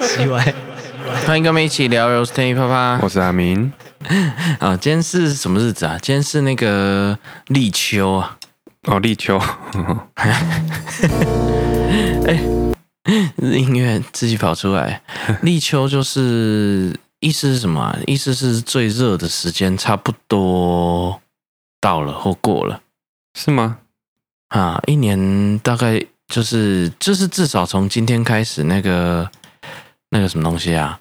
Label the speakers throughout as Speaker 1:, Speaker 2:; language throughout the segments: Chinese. Speaker 1: 奇怪，
Speaker 2: 欢迎跟我们一起聊 Rose Day 啪啪
Speaker 3: 我是阿明，
Speaker 2: 啊！今天是什么日子啊？今天是那个立秋啊！
Speaker 3: 哦，立秋，
Speaker 2: 音乐自己跑出 来，立秋就是意思是什么、啊？意思是最热的时间差不多到了或过了
Speaker 3: 是吗？
Speaker 2: 啊！一年大概就是就是至少从今天开始，那个那个什么东西啊，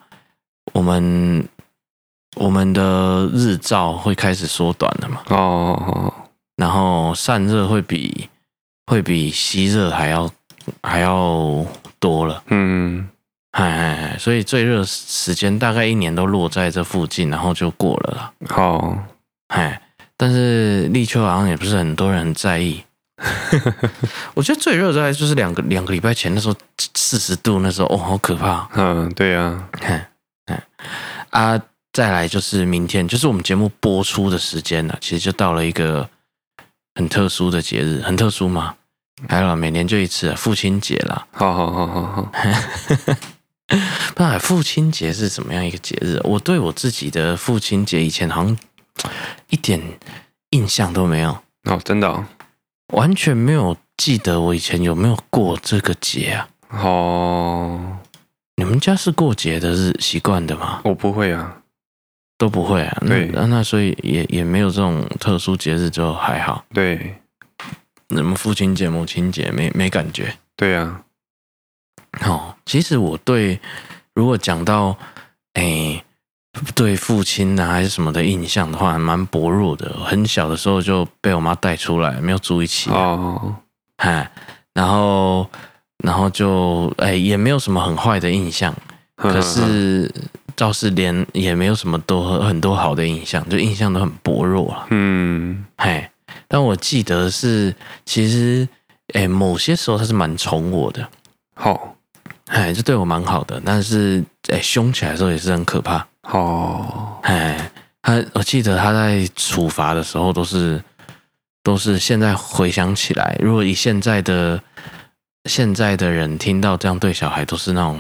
Speaker 2: 我们我们的日照会开始缩短了嘛。
Speaker 3: 哦哦
Speaker 2: 然后散热会比会比吸热还要还要多了，
Speaker 3: 嗯，
Speaker 2: 哎哎哎，所以最热时间大概一年都落在这附近，然后就过了啦，
Speaker 3: 好，
Speaker 2: 哎，但是立秋好像也不是很多人很在意。我觉得最热的大概就是两个两个礼拜前那时候四十度那时候哦好可怕
Speaker 3: 嗯，对啊，
Speaker 2: 啊！再来就是明天，就是我们节目播出的时间了，其实就到了一个很特殊的节日，很特殊吗？还有啦每年就一次啊父亲节啦，
Speaker 3: 好好好好好，
Speaker 2: 那父亲节是怎么样一个节日？我对我自己的父亲节以前好像一点印象都没有，
Speaker 3: 哦，真的哦，
Speaker 2: 完全没有记得我以前有没有过这个节啊？
Speaker 3: 哦，
Speaker 2: 你们家是过节的日习惯的吗？
Speaker 3: 我不会啊，
Speaker 2: 都不会啊。那
Speaker 3: 对
Speaker 2: 那那所以也也没有这种特殊节日，就还好。
Speaker 3: 对
Speaker 2: 你们父亲节、母亲节没没感觉？
Speaker 3: 对啊，
Speaker 2: 哦，其实我对如果讲到诶、对父亲啊还是什么的印象的话，还蛮薄弱的。很小的时候就被我妈带出来，没有住一起，
Speaker 3: 哦，
Speaker 2: 哎，然后然后就诶、也没有什么很坏的印象，
Speaker 3: 哦嗯
Speaker 2: 可是倒是连也没有什么多很多好的印象，就印象都很薄弱啊。
Speaker 3: 嗯，
Speaker 2: 嘿，但我记得是其实诶、某些时候他是蛮宠我的。
Speaker 3: 好，
Speaker 2: 哎，就对我蛮好的，但是哎，凶起来的时候也是很可怕。
Speaker 3: 好，
Speaker 2: 哎，他我记得他在处罚的时候都是都是现在回想起来，如果以现在的现在的人听到这样对小孩，都是那种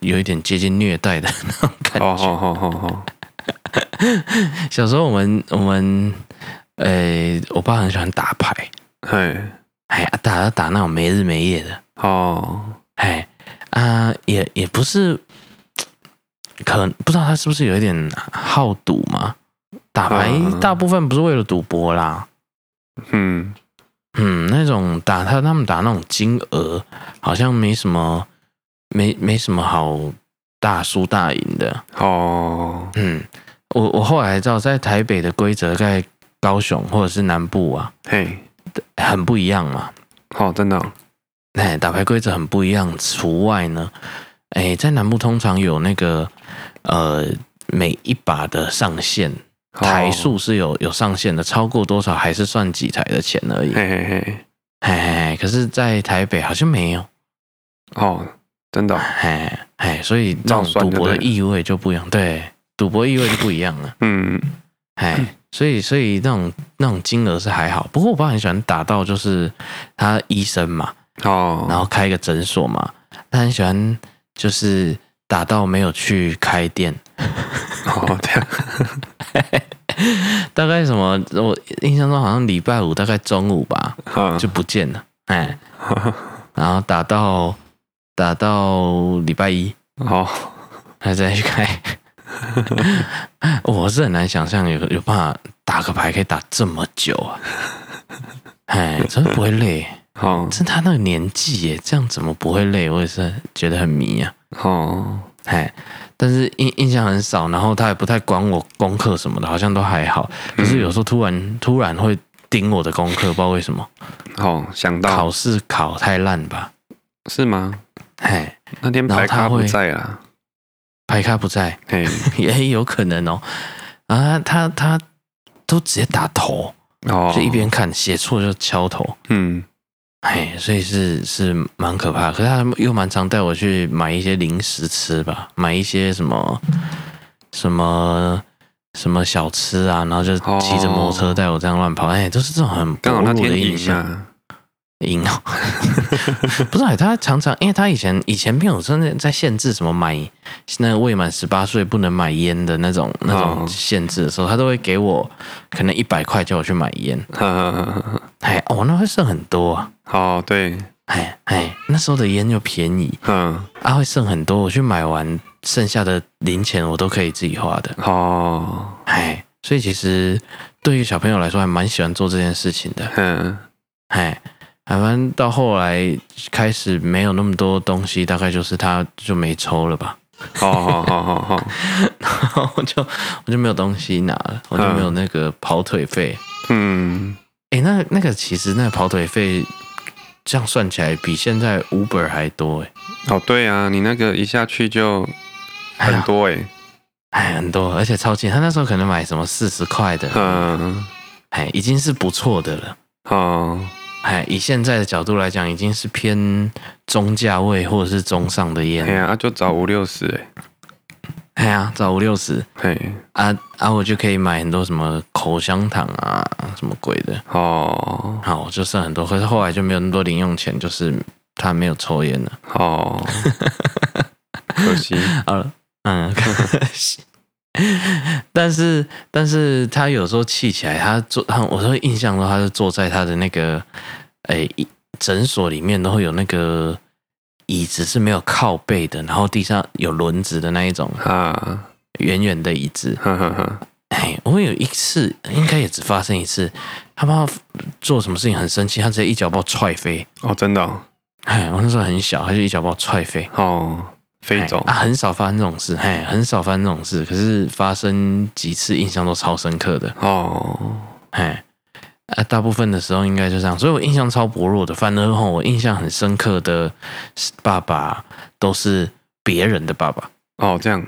Speaker 2: 有一点接近虐待的那种感
Speaker 3: 好
Speaker 2: 觉。
Speaker 3: 好好好好，
Speaker 2: 小时候我们我们呃，我爸很喜欢打牌，
Speaker 3: 嘿，
Speaker 2: 哎，啊打打那种没日没夜的。
Speaker 3: 好，
Speaker 2: 哎啊，也也不是，可能不知道他是不是有一点好赌嘛？打牌
Speaker 3: 嗯
Speaker 2: 大部分不是为了赌博啦，
Speaker 3: 嗯，
Speaker 2: 嗯，那种打他他们打那种金额，好像没什么，没没什么好大输大赢的。
Speaker 3: 好，
Speaker 2: 嗯，我我后来才知道，在台北的规则在高雄或者是南部啊，
Speaker 3: 嘿，
Speaker 2: 很不一样嘛。
Speaker 3: 好，真的哦，
Speaker 2: 哎，打牌规则很不一样。除外呢，哎，在南部通常有那个呃，每一把的上限
Speaker 3: 好
Speaker 2: 台，数是
Speaker 3: 哦
Speaker 2: 有有上限的，超过多少还是算几台的钱而已。
Speaker 3: 嘿嘿嘿，
Speaker 2: 哎，可是，在台北好像没有，
Speaker 3: 哦，真的哦，
Speaker 2: 哎哎，所以那
Speaker 3: 照
Speaker 2: 种
Speaker 3: 算
Speaker 2: 赌
Speaker 3: 就
Speaker 2: 博的
Speaker 3: 对了
Speaker 2: 意味就不一样，对，赌博意味就不一样了。
Speaker 3: 嗯，
Speaker 2: 哎，所以所以那种那种金额是还好，不过我爸很喜欢打到就是他医生嘛，
Speaker 3: 好，
Speaker 2: 然后开一个诊所嘛，他很喜欢就是打到没有去开店，
Speaker 3: 好，这样，
Speaker 2: 大概什么我印象中好像礼拜五大概中午吧
Speaker 3: 好
Speaker 2: 就不见了，哎，然后打到打到礼拜一
Speaker 3: 好，
Speaker 2: 他再去开， 我是很难想象有有办法打个牌可以打这么久啊，哎，真的不会累，
Speaker 3: 好，
Speaker 2: 是他那个年纪耶，这样怎么不会累？我也是觉得很迷啊。
Speaker 3: 好。
Speaker 2: 哎，但是印印象很少，然后他也不太管我功课什么的，好像都还好。可是有时候突然突然会盯我的功课，不知道为什么，
Speaker 3: 好，想到
Speaker 2: 考试考太烂吧？
Speaker 3: 是吗？
Speaker 2: 哎，
Speaker 3: 那天
Speaker 2: 然后
Speaker 3: 白
Speaker 2: 他
Speaker 3: 咖不
Speaker 2: 会
Speaker 3: 在啊，
Speaker 2: 排咖不在
Speaker 3: 嘿，
Speaker 2: 也有可能哦。啊，他他都直接打头，
Speaker 3: 哦，
Speaker 2: 就一边看写错就敲头，
Speaker 3: 嗯，
Speaker 2: 哎，所以是是蛮可怕的。可是他又蛮常带我去买一些零食吃吧，买一些什么什么什么小吃啊，然后就骑着摩托车带我这样乱跑，哎，都是这种很薄
Speaker 3: 哦刚好
Speaker 2: 弱
Speaker 3: 那
Speaker 2: 的
Speaker 3: 天
Speaker 2: 印
Speaker 3: 赢
Speaker 2: 象。
Speaker 3: 啊，
Speaker 2: 赢哦， 不是啊、他常常，因为他以前以前没有真的在限制什么买那个未满十八岁不能买烟的那种那种
Speaker 3: 哦
Speaker 2: 限制的时候，他都会给我可能一百块叫我去买烟，
Speaker 3: 嗯，
Speaker 2: 哎，哦，那会剩很多啊，
Speaker 3: 好，对，
Speaker 2: 哎哎，那时候的烟又便宜
Speaker 3: 嗯，
Speaker 2: 啊，会剩很多，我去买完剩下的零钱我都可以自己花的，
Speaker 3: 哦，
Speaker 2: 哎，所以其实对于小朋友来说还蛮喜欢做这件事情的，
Speaker 3: 嗯，
Speaker 2: 哎，反正到后来开始没有那么多东西，大概就是他就没抽了吧，
Speaker 3: 好好好好好，
Speaker 2: 然后我就我就没有东西拿了，我就没有那个跑腿费。
Speaker 3: 嗯，
Speaker 2: 哎、那那个其实那个跑腿费这样算起来比现在 Uber 还多哎、
Speaker 3: 哦，对啊，你那个一下去就很多哎，
Speaker 2: 哎，很多，而且超级，他那时候可能买什么四十块的，
Speaker 3: 嗯，
Speaker 2: 哎，已经是不错的了。
Speaker 3: 哦，
Speaker 2: 哎，以现在的角度来讲，已经是偏中价位或者是中上的
Speaker 3: 哎
Speaker 2: 烟。
Speaker 3: 呀，啊就找五六十哎，
Speaker 2: 哎呀，找五六十，
Speaker 3: 嘿，
Speaker 2: 啊啊，我就可以买很多什么口香糖啊，什么鬼的。
Speaker 3: 哦，
Speaker 2: 好，我就剩很多，可是后来就没有那么多零用钱，就是他没有抽烟了。
Speaker 3: 哦，可惜，
Speaker 2: 好了，嗯， 可惜。但是，但是他有时候气起来，他坐，他我说印象中他是坐在他的那个，诶、一诊所里面都会有那个椅子是没有靠背的，然后地上有轮子的那一种
Speaker 3: 啊，
Speaker 2: 圆圆的椅子。
Speaker 3: 哈哈哈，
Speaker 2: 哎，我有一次，应该也只发生一次，他妈做什么事情很生气，他直接一脚把我踹飞。
Speaker 3: 哦，真的哦，
Speaker 2: 哎，我那时候很小，他就一脚把我踹飞。
Speaker 3: 哦，飞走
Speaker 2: 哎啊，很少发生这种事，哎，很少发生这种事，可是发生几次印象都超深刻的，
Speaker 3: 哦，
Speaker 2: 哎，啊，大部分的时候应该就这样，所以我印象超薄弱的。反而吼，我印象很深刻的爸爸都是别人的爸爸，
Speaker 3: 哦，这样，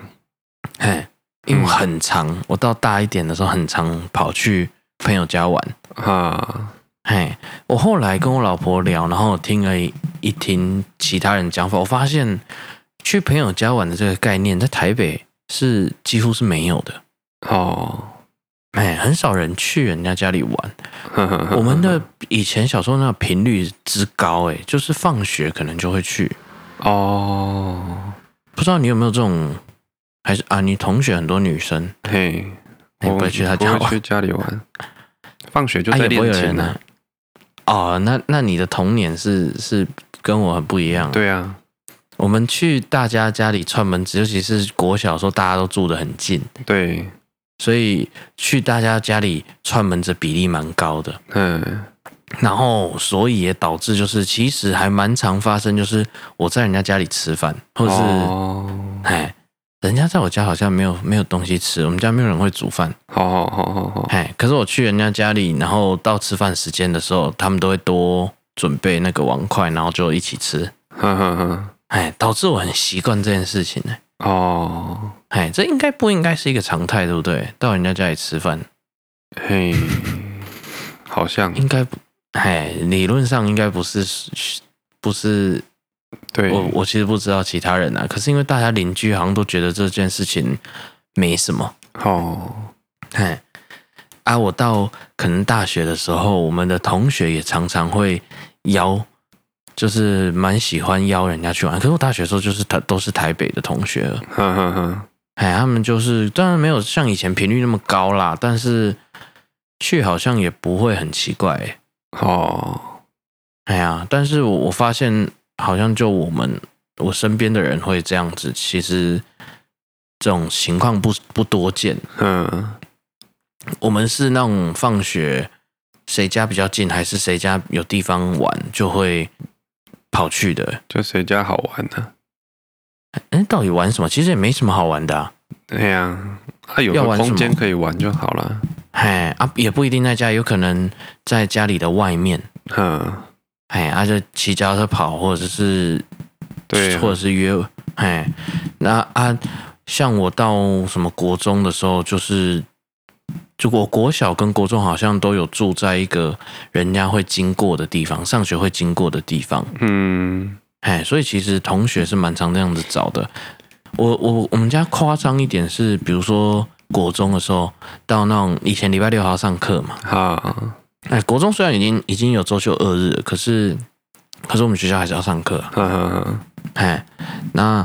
Speaker 2: 哎，因为
Speaker 3: 嗯
Speaker 2: 我很常，我到大一点的时候很常跑去朋友家玩。
Speaker 3: 啊，
Speaker 2: 嘿，我后来跟我老婆聊，然后我听了一一听其他人讲法，我发现去朋友家玩的这个概念，在台北是几乎是没有的。
Speaker 3: 哦，
Speaker 2: 哎，很少人去人家家里玩。
Speaker 3: 呵呵呵
Speaker 2: 我们的以前小时候那个频率之高，哎，就是放学可能就会去。
Speaker 3: 哦，
Speaker 2: 不知道你有没有这种？还是啊，你同学很多女生，
Speaker 3: 嘿，
Speaker 2: 你不会去他家
Speaker 3: 不会
Speaker 2: 玩
Speaker 3: 去，家里玩，放学就
Speaker 2: 啊，
Speaker 3: 在
Speaker 2: 也不
Speaker 3: 练
Speaker 2: 会有
Speaker 3: 琴
Speaker 2: 人
Speaker 3: 呢、
Speaker 2: 呢、哦，那那你的童年是是跟我很不一样。
Speaker 3: 对啊，
Speaker 2: 我们去大家家里串门子，尤其是国小的时候，大家都住得很近，
Speaker 3: 对，
Speaker 2: 所以去大家家里串门子比例蛮高的。
Speaker 3: 嗯，
Speaker 2: 然后，所以也导致就是，其实还蛮常发生，就是我在人家家里吃饭，或者是
Speaker 3: 哦，
Speaker 2: 哎、人家在我家好像没有没有东西吃，我们家没有人会煮饭，
Speaker 3: 好好好好好，
Speaker 2: 哎，可是我去人家家里，然后到吃饭时间的时候，他们都会多准备那个碗筷，然后就一起吃，
Speaker 3: 呵呵呵，
Speaker 2: 哎，导致我很习惯这件事情呢、
Speaker 3: 哦，
Speaker 2: 哎，这应该不应该是一个常态，对不对？到人家家里吃饭，
Speaker 3: 嘿，好像
Speaker 2: 应该不，哎，理论上应该不是，不是
Speaker 3: 对，
Speaker 2: 我我其实不知道其他人啊，可是因为大家邻居好像都觉得这件事情没什么，
Speaker 3: 哦，
Speaker 2: 哎，啊，我到可能大学的时候，我们的同学也常常会邀，就是蛮喜欢邀人家去玩。可是我大学的时候就是台都是台北的同学了，
Speaker 3: 呵呵呵，
Speaker 2: 哎，他们就是当然没有像以前频率那么高啦，但是去好像也不会很奇怪、欸。
Speaker 3: 哦，
Speaker 2: 哎呀，但是我我发现好像就我们我身边的人会这样子，其实这种情况不不多见。
Speaker 3: 嗯，
Speaker 2: 我们是那种放学谁家比较近，还是谁家有地方玩就会跑去的。
Speaker 3: 就谁家好玩呢、
Speaker 2: 哎，到底玩什么？其实也没什么好玩的、啊。
Speaker 3: 哎呀，啊，有
Speaker 2: 要
Speaker 3: 个
Speaker 2: 玩什么
Speaker 3: 空间可以玩就好了，
Speaker 2: 哎啊，也不一定在家，有可能在家里的外面。
Speaker 3: 嗯，
Speaker 2: 哎，啊就骑脚踏车跑，或者是
Speaker 3: 对啊
Speaker 2: 或者是约，哎，那啊，像我到什么国中的时候，就是，就我国小跟国中好像都有住在一个人家会经过的地方，上学会经过的地方，
Speaker 3: 嗯，
Speaker 2: 哎，所以其实同学是蛮常这样子找的。我我我们家夸张一点是，比如说国中的时候，到那种以前礼拜六还要上课嘛，
Speaker 3: 好，
Speaker 2: 哎，国中虽然已经已经有周休二日了，可是可是我们学校还是要上课啊，
Speaker 3: 呵呵呵，
Speaker 2: 哎，那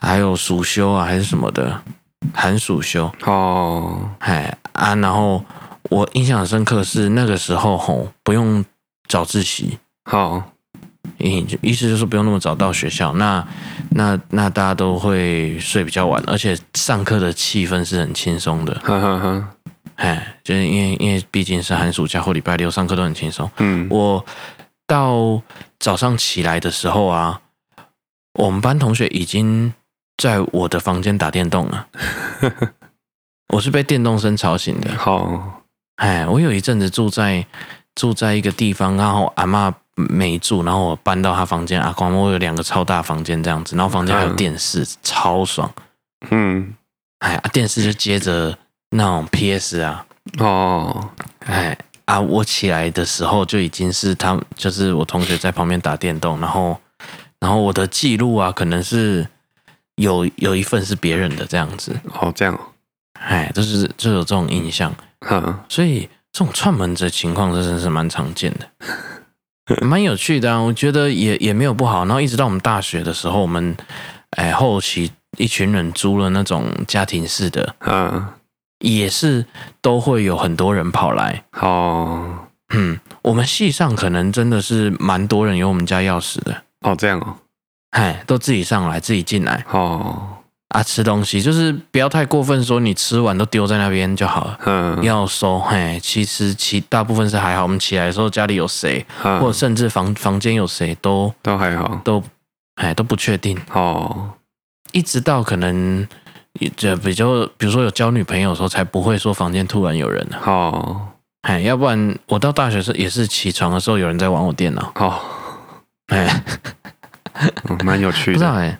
Speaker 2: 还有暑休啊，还是什么的，寒暑休，
Speaker 3: 哦，
Speaker 2: 哎啊，然后我印象很深刻是那个时候吼，不用早自习，
Speaker 3: 好，
Speaker 2: 意意思就是不用那么早到学校，那那那大家都会睡比较晚，而且上课的气氛是很轻松的，
Speaker 3: 呵呵呵，
Speaker 2: 哎，就是因为因为毕竟是寒暑假或礼拜六上课都很轻松，
Speaker 3: 嗯，
Speaker 2: 我到早上起来的时候啊，我们班同学已经在我的房间打电动了。我是被电动声吵醒的。
Speaker 3: 好，
Speaker 2: 哎，我有一阵子住在住在一个地方，然后阿嬷没住，然后我搬到她房间。阿光，我有两个超大房间这样子，然后房间还有
Speaker 3: 嗯
Speaker 2: 电视，超爽。
Speaker 3: 嗯，
Speaker 2: 哎，啊电视就接着那种 PS 啊，
Speaker 3: 哦，
Speaker 2: 哎啊！我起来的时候就已经是他们，就是我同学在旁边打电动，然后，然后我的记录啊，可能是有有一份是别人的这样子，
Speaker 3: 哦，这样哦，
Speaker 2: 哎，就是就有这种印象，
Speaker 3: 呵，
Speaker 2: 所以这种串门子的情况真的是蛮常见的， 蛮有趣的、啊。我觉得也也没有不好。然后一直到我们大学的时候，我们哎后期一群人租了那种家庭式的，
Speaker 3: 嗯，
Speaker 2: 也是都会有很多人跑来。
Speaker 3: 哦，
Speaker 2: 嗯，我们系上可能真的是蛮多人有我们家钥匙的，
Speaker 3: 哦，这样哦，
Speaker 2: 哎，都自己上来，自己进来
Speaker 3: 哦，
Speaker 2: 啊，吃东西就是不要太过分，说你吃完都丢在那边就好了。
Speaker 3: 嗯，
Speaker 2: 要收，嘿，其实其大部分是还好。我们起来的时候，家里有谁，
Speaker 3: 嗯
Speaker 2: 或者甚至房房间有谁，都
Speaker 3: 都还好，
Speaker 2: 都，哎，都不确定。
Speaker 3: 哦，
Speaker 2: 一直到可能，这比较，比如说有交女朋友的时候，才不会说房间突然有人了、
Speaker 3: 好，
Speaker 2: 哎，要不然我到大学是也是起床的时候有人在玩我电脑，
Speaker 3: 好，
Speaker 2: 哎，
Speaker 3: 嗯蛮有趣
Speaker 2: 不知道
Speaker 3: 的，
Speaker 2: 哎、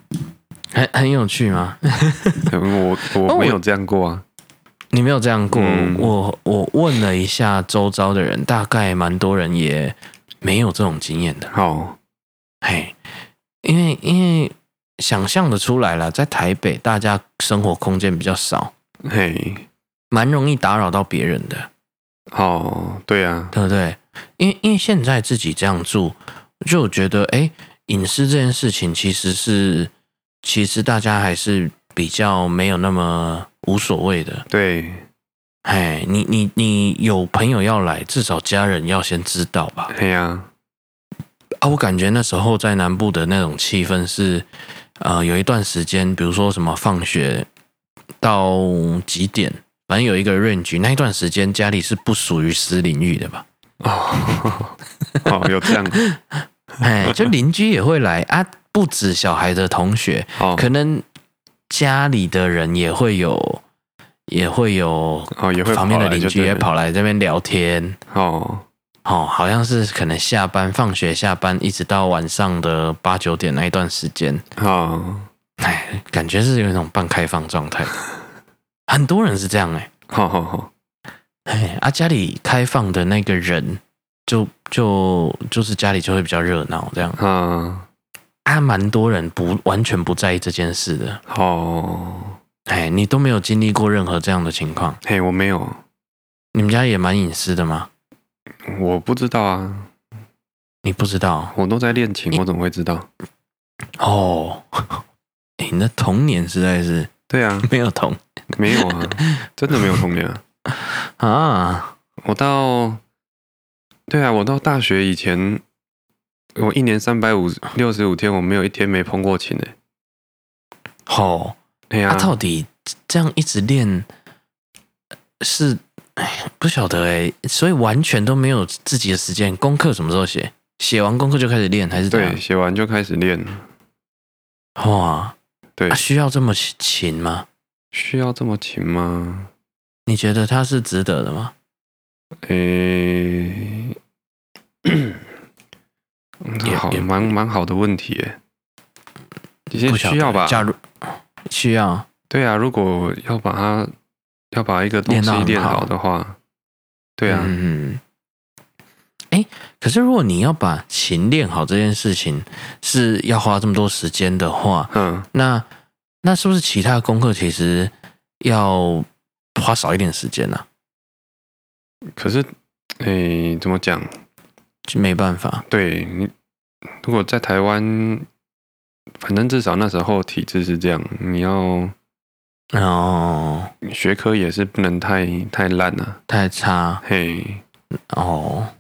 Speaker 2: 很很有趣吗？
Speaker 3: 我我
Speaker 2: 我
Speaker 3: 没有这样过啊，
Speaker 2: 你没有这样过？
Speaker 3: 嗯
Speaker 2: 我我问了一下周遭的人，大概蛮多人也没有这种经验的。
Speaker 3: 好，
Speaker 2: 嘿，因为因为想象的出来了，在台北大家生活空间比较少，
Speaker 3: 嘿，
Speaker 2: 蛮容易打扰到别人的，
Speaker 3: 好，对啊，
Speaker 2: 对不对？因为因为现在自己这样住，就我觉得哎，隐私这件事情其实是其实大家还是比较没有那么无所谓的。
Speaker 3: 对，
Speaker 2: 哎，你你你有朋友要来，至少家人要先知道吧？
Speaker 3: 嘿呀，
Speaker 2: 啊，我感觉那时候在南部的那种气氛是，呃，有一段时间，比如说什么放学到几点，反正有一个 range，那一段时间家里是不属于私领域的吧？
Speaker 3: 哦，哦，有这样，
Speaker 2: 哎，就邻居也会来啊，不止小孩的同学，
Speaker 3: 哦，
Speaker 2: 可能家里的人也会有，也会有
Speaker 3: 哦，也会
Speaker 2: 旁边的
Speaker 3: 跑来
Speaker 2: 邻
Speaker 3: 就
Speaker 2: 居
Speaker 3: 对
Speaker 2: 也
Speaker 3: 了，
Speaker 2: 跑来这边聊天。
Speaker 3: 哦，
Speaker 2: 哦，好像是可能下班、放学、下班，一直到晚上的八九点那一段时间，
Speaker 3: 好，
Speaker 2: 哎，感觉是有一种半开放状态的。很多人是这样哎、
Speaker 3: 好好好，
Speaker 2: 哎啊，家里开放的那个人，就就就是家里就会比较热闹这样
Speaker 3: 啊，
Speaker 2: 啊，蛮多人不完全不在意这件事的。
Speaker 3: 好，
Speaker 2: 哎，你都没有经历过任何这样的情况，
Speaker 3: 嘿，我没有，
Speaker 2: 你们家也蛮隐私的吗？
Speaker 3: 我不知道啊，
Speaker 2: 你不知道
Speaker 3: 我都在练琴，我怎么会知道？
Speaker 2: 哦。 哎你的童年实在是
Speaker 3: 对啊，
Speaker 2: 没有童
Speaker 3: 没有啊，真的没有童年啊。
Speaker 2: 啊，
Speaker 3: 我到，对啊，我到大学以前，我一年三百五六十五天，我没有一天没碰过琴诶、欸
Speaker 2: 吼、
Speaker 3: 哎呀、
Speaker 2: 他、到底啊这样一直练呃是，哎，不晓得哎、所以完全都没有自己的时间。功课什么时候写？写完功课就开始练，还是怎
Speaker 3: 对，
Speaker 2: 样？
Speaker 3: 写完就开始练，
Speaker 2: 哇，
Speaker 3: 对
Speaker 2: 啊，需要这么勤吗？
Speaker 3: 需要这么勤吗？
Speaker 2: 你觉得他是值得的吗？
Speaker 3: 诶、 嗯这
Speaker 2: 也
Speaker 3: 好，
Speaker 2: 也
Speaker 3: 蛮蛮好的问题诶、其实
Speaker 2: 不晓得
Speaker 3: 需要吧？
Speaker 2: 假如需要，
Speaker 3: 对啊，如果要把它要把一个东
Speaker 2: 练
Speaker 3: 西
Speaker 2: 到很
Speaker 3: 练
Speaker 2: 好
Speaker 3: 好的话，对啊，
Speaker 2: 嗯。哎，可是如果你要把勤练好这件事情是要花这么多时间的话，
Speaker 3: 嗯，
Speaker 2: 那那是不是其他的功课其啊实要花少一点时间呢、
Speaker 3: 可是诶，怎么讲？
Speaker 2: 就没办法。
Speaker 3: 对你，如果在台湾，反正至少那时候体制是这样，你要
Speaker 2: 哦，
Speaker 3: 学科也是不能太太烂啊。
Speaker 2: 太差
Speaker 3: 嘿，
Speaker 2: 哦，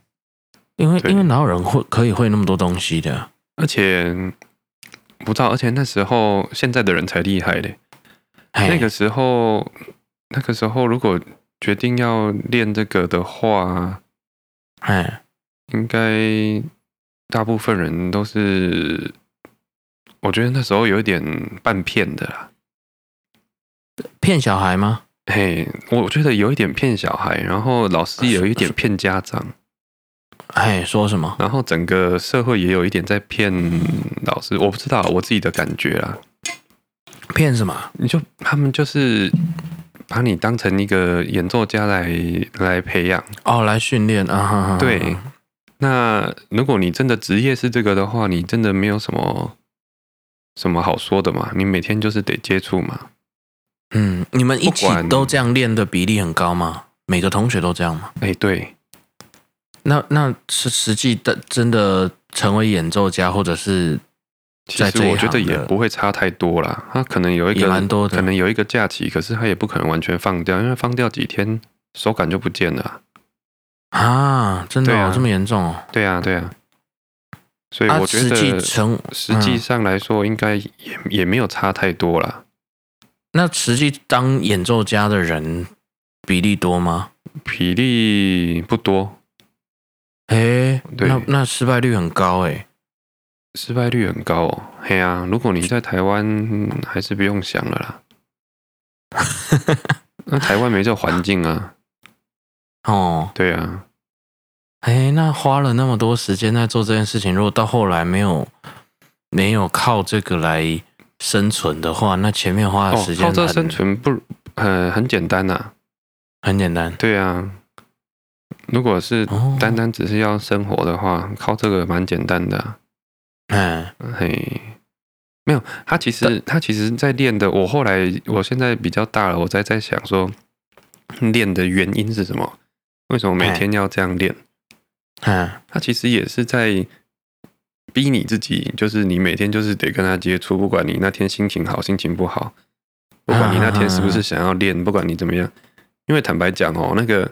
Speaker 2: 因为
Speaker 3: 对
Speaker 2: 因为哪有人会可以会那么多东西的？
Speaker 3: 而且不知道，而且那时候现在的人才厉害嘞。
Speaker 2: 嘿
Speaker 3: 那个时候，那个时候如果决定要练这个的话，
Speaker 2: 哎，
Speaker 3: 应该大部分人都是，我觉得那时候有一点半骗的啦。
Speaker 2: 骗小孩吗？
Speaker 3: 嘿，我觉得有一点骗小孩，然后老师也有一点骗家长，
Speaker 2: 哎，说什么？
Speaker 3: 然后整个社会也有一点在骗老师。我不知道我自己的感觉啦，
Speaker 2: 骗什么？
Speaker 3: 你就他们就是把你当成一个演奏家来来培养。
Speaker 2: 哦，来训练啊！哈哈
Speaker 3: 对，那如果你真的职业是这个的话，你真的没有什么什么好说的嘛，你每天就是得接触嘛。
Speaker 2: 嗯，你们一起
Speaker 3: 不管
Speaker 2: 都这样练的比例很高吗？每个同学都这样吗？
Speaker 3: 哎，对，
Speaker 2: 那那是实际的，真的成为演奏家，或者是
Speaker 3: 其
Speaker 2: 在这
Speaker 3: 实
Speaker 2: 一
Speaker 3: 我觉得
Speaker 2: 行的
Speaker 3: 也不会差太多啦，他可能有一
Speaker 2: 也
Speaker 3: 个
Speaker 2: 蛮多的
Speaker 3: 可能有一个假期，可是他也不可能完全放掉，因为放掉几天手感就不见了啊。
Speaker 2: 啊，真的、
Speaker 3: 对
Speaker 2: 哦
Speaker 3: 啊
Speaker 2: 这么严重哦？
Speaker 3: 对啊，对啊。所以
Speaker 2: 啊，
Speaker 3: 我觉
Speaker 2: 实际嗯
Speaker 3: 得
Speaker 2: 成
Speaker 3: 实际上来说，应该也也没有差太多啦。
Speaker 2: 那实际当演奏家的人比例多吗？
Speaker 3: 比例不多，
Speaker 2: 诶，
Speaker 3: 对
Speaker 2: 那那失败率很高诶。
Speaker 3: 失败率很高哦。嘿啊，如果你在台湾，嗯还是不用想了 啦。那台湾没这环境啊，
Speaker 2: 哦，
Speaker 3: 对啊，
Speaker 2: 诶，那花了那么多时间在做这件事情，如果到后来没有没有靠这个来生存的话，那前面花的
Speaker 3: 哦
Speaker 2: 啊时，间
Speaker 3: 靠
Speaker 2: 很、
Speaker 3: 这生存不呃很简单呐、
Speaker 2: 很简单
Speaker 3: 对啊，如果是
Speaker 2: 哦。
Speaker 3: 单单只是要生活的话，靠这个蛮简单的啊、
Speaker 2: 嗯，
Speaker 3: 嘿，没有，他其实他其实在练的。我后来我现在比较大了，我在在想说，练的原因是什么？为什么每
Speaker 2: 哎
Speaker 3: 天要这样练？
Speaker 2: 嗯
Speaker 3: 他其实也是在逼你自己，就是你每天就是得跟他接触，不管你那天心情好心情不好，不管你那天是不是想要练，不管你怎么样，因为坦白讲哦，那个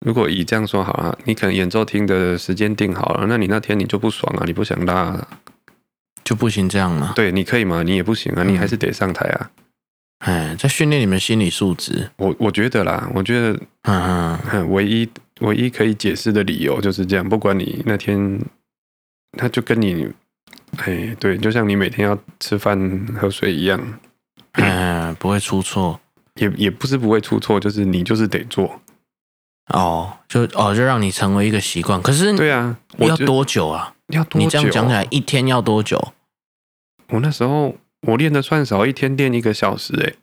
Speaker 3: 如果以这样说好了，你可能演奏厅的时间定好了，那你那天你就不爽啊，你不想拉、啊，
Speaker 2: 就不行这样了。
Speaker 3: 对，你可以吗？你也不行啊，
Speaker 2: 嗯
Speaker 3: 你还是得上台啊。
Speaker 2: 哎，在训练你们心理素质。
Speaker 3: 我我觉得啦，我觉得
Speaker 2: 嗯嗯，
Speaker 3: 哼 唯一唯一可以解释的理由就是这样，不管你那天，他就跟你，哎，对，就像你每天要吃饭喝水一样，
Speaker 2: 嗯，不会出错
Speaker 3: 也也不是不会出错，就是你就是得做。
Speaker 2: 哦，就哦就让你成为一个习惯。可是
Speaker 3: 对啊，我
Speaker 2: 嗯要
Speaker 3: 就
Speaker 2: 多久啊？
Speaker 3: 要多
Speaker 2: 你这样
Speaker 3: 久
Speaker 2: 讲起来，一天要 多久？
Speaker 3: 我那时候我练的算少，一天练一个小时、欸，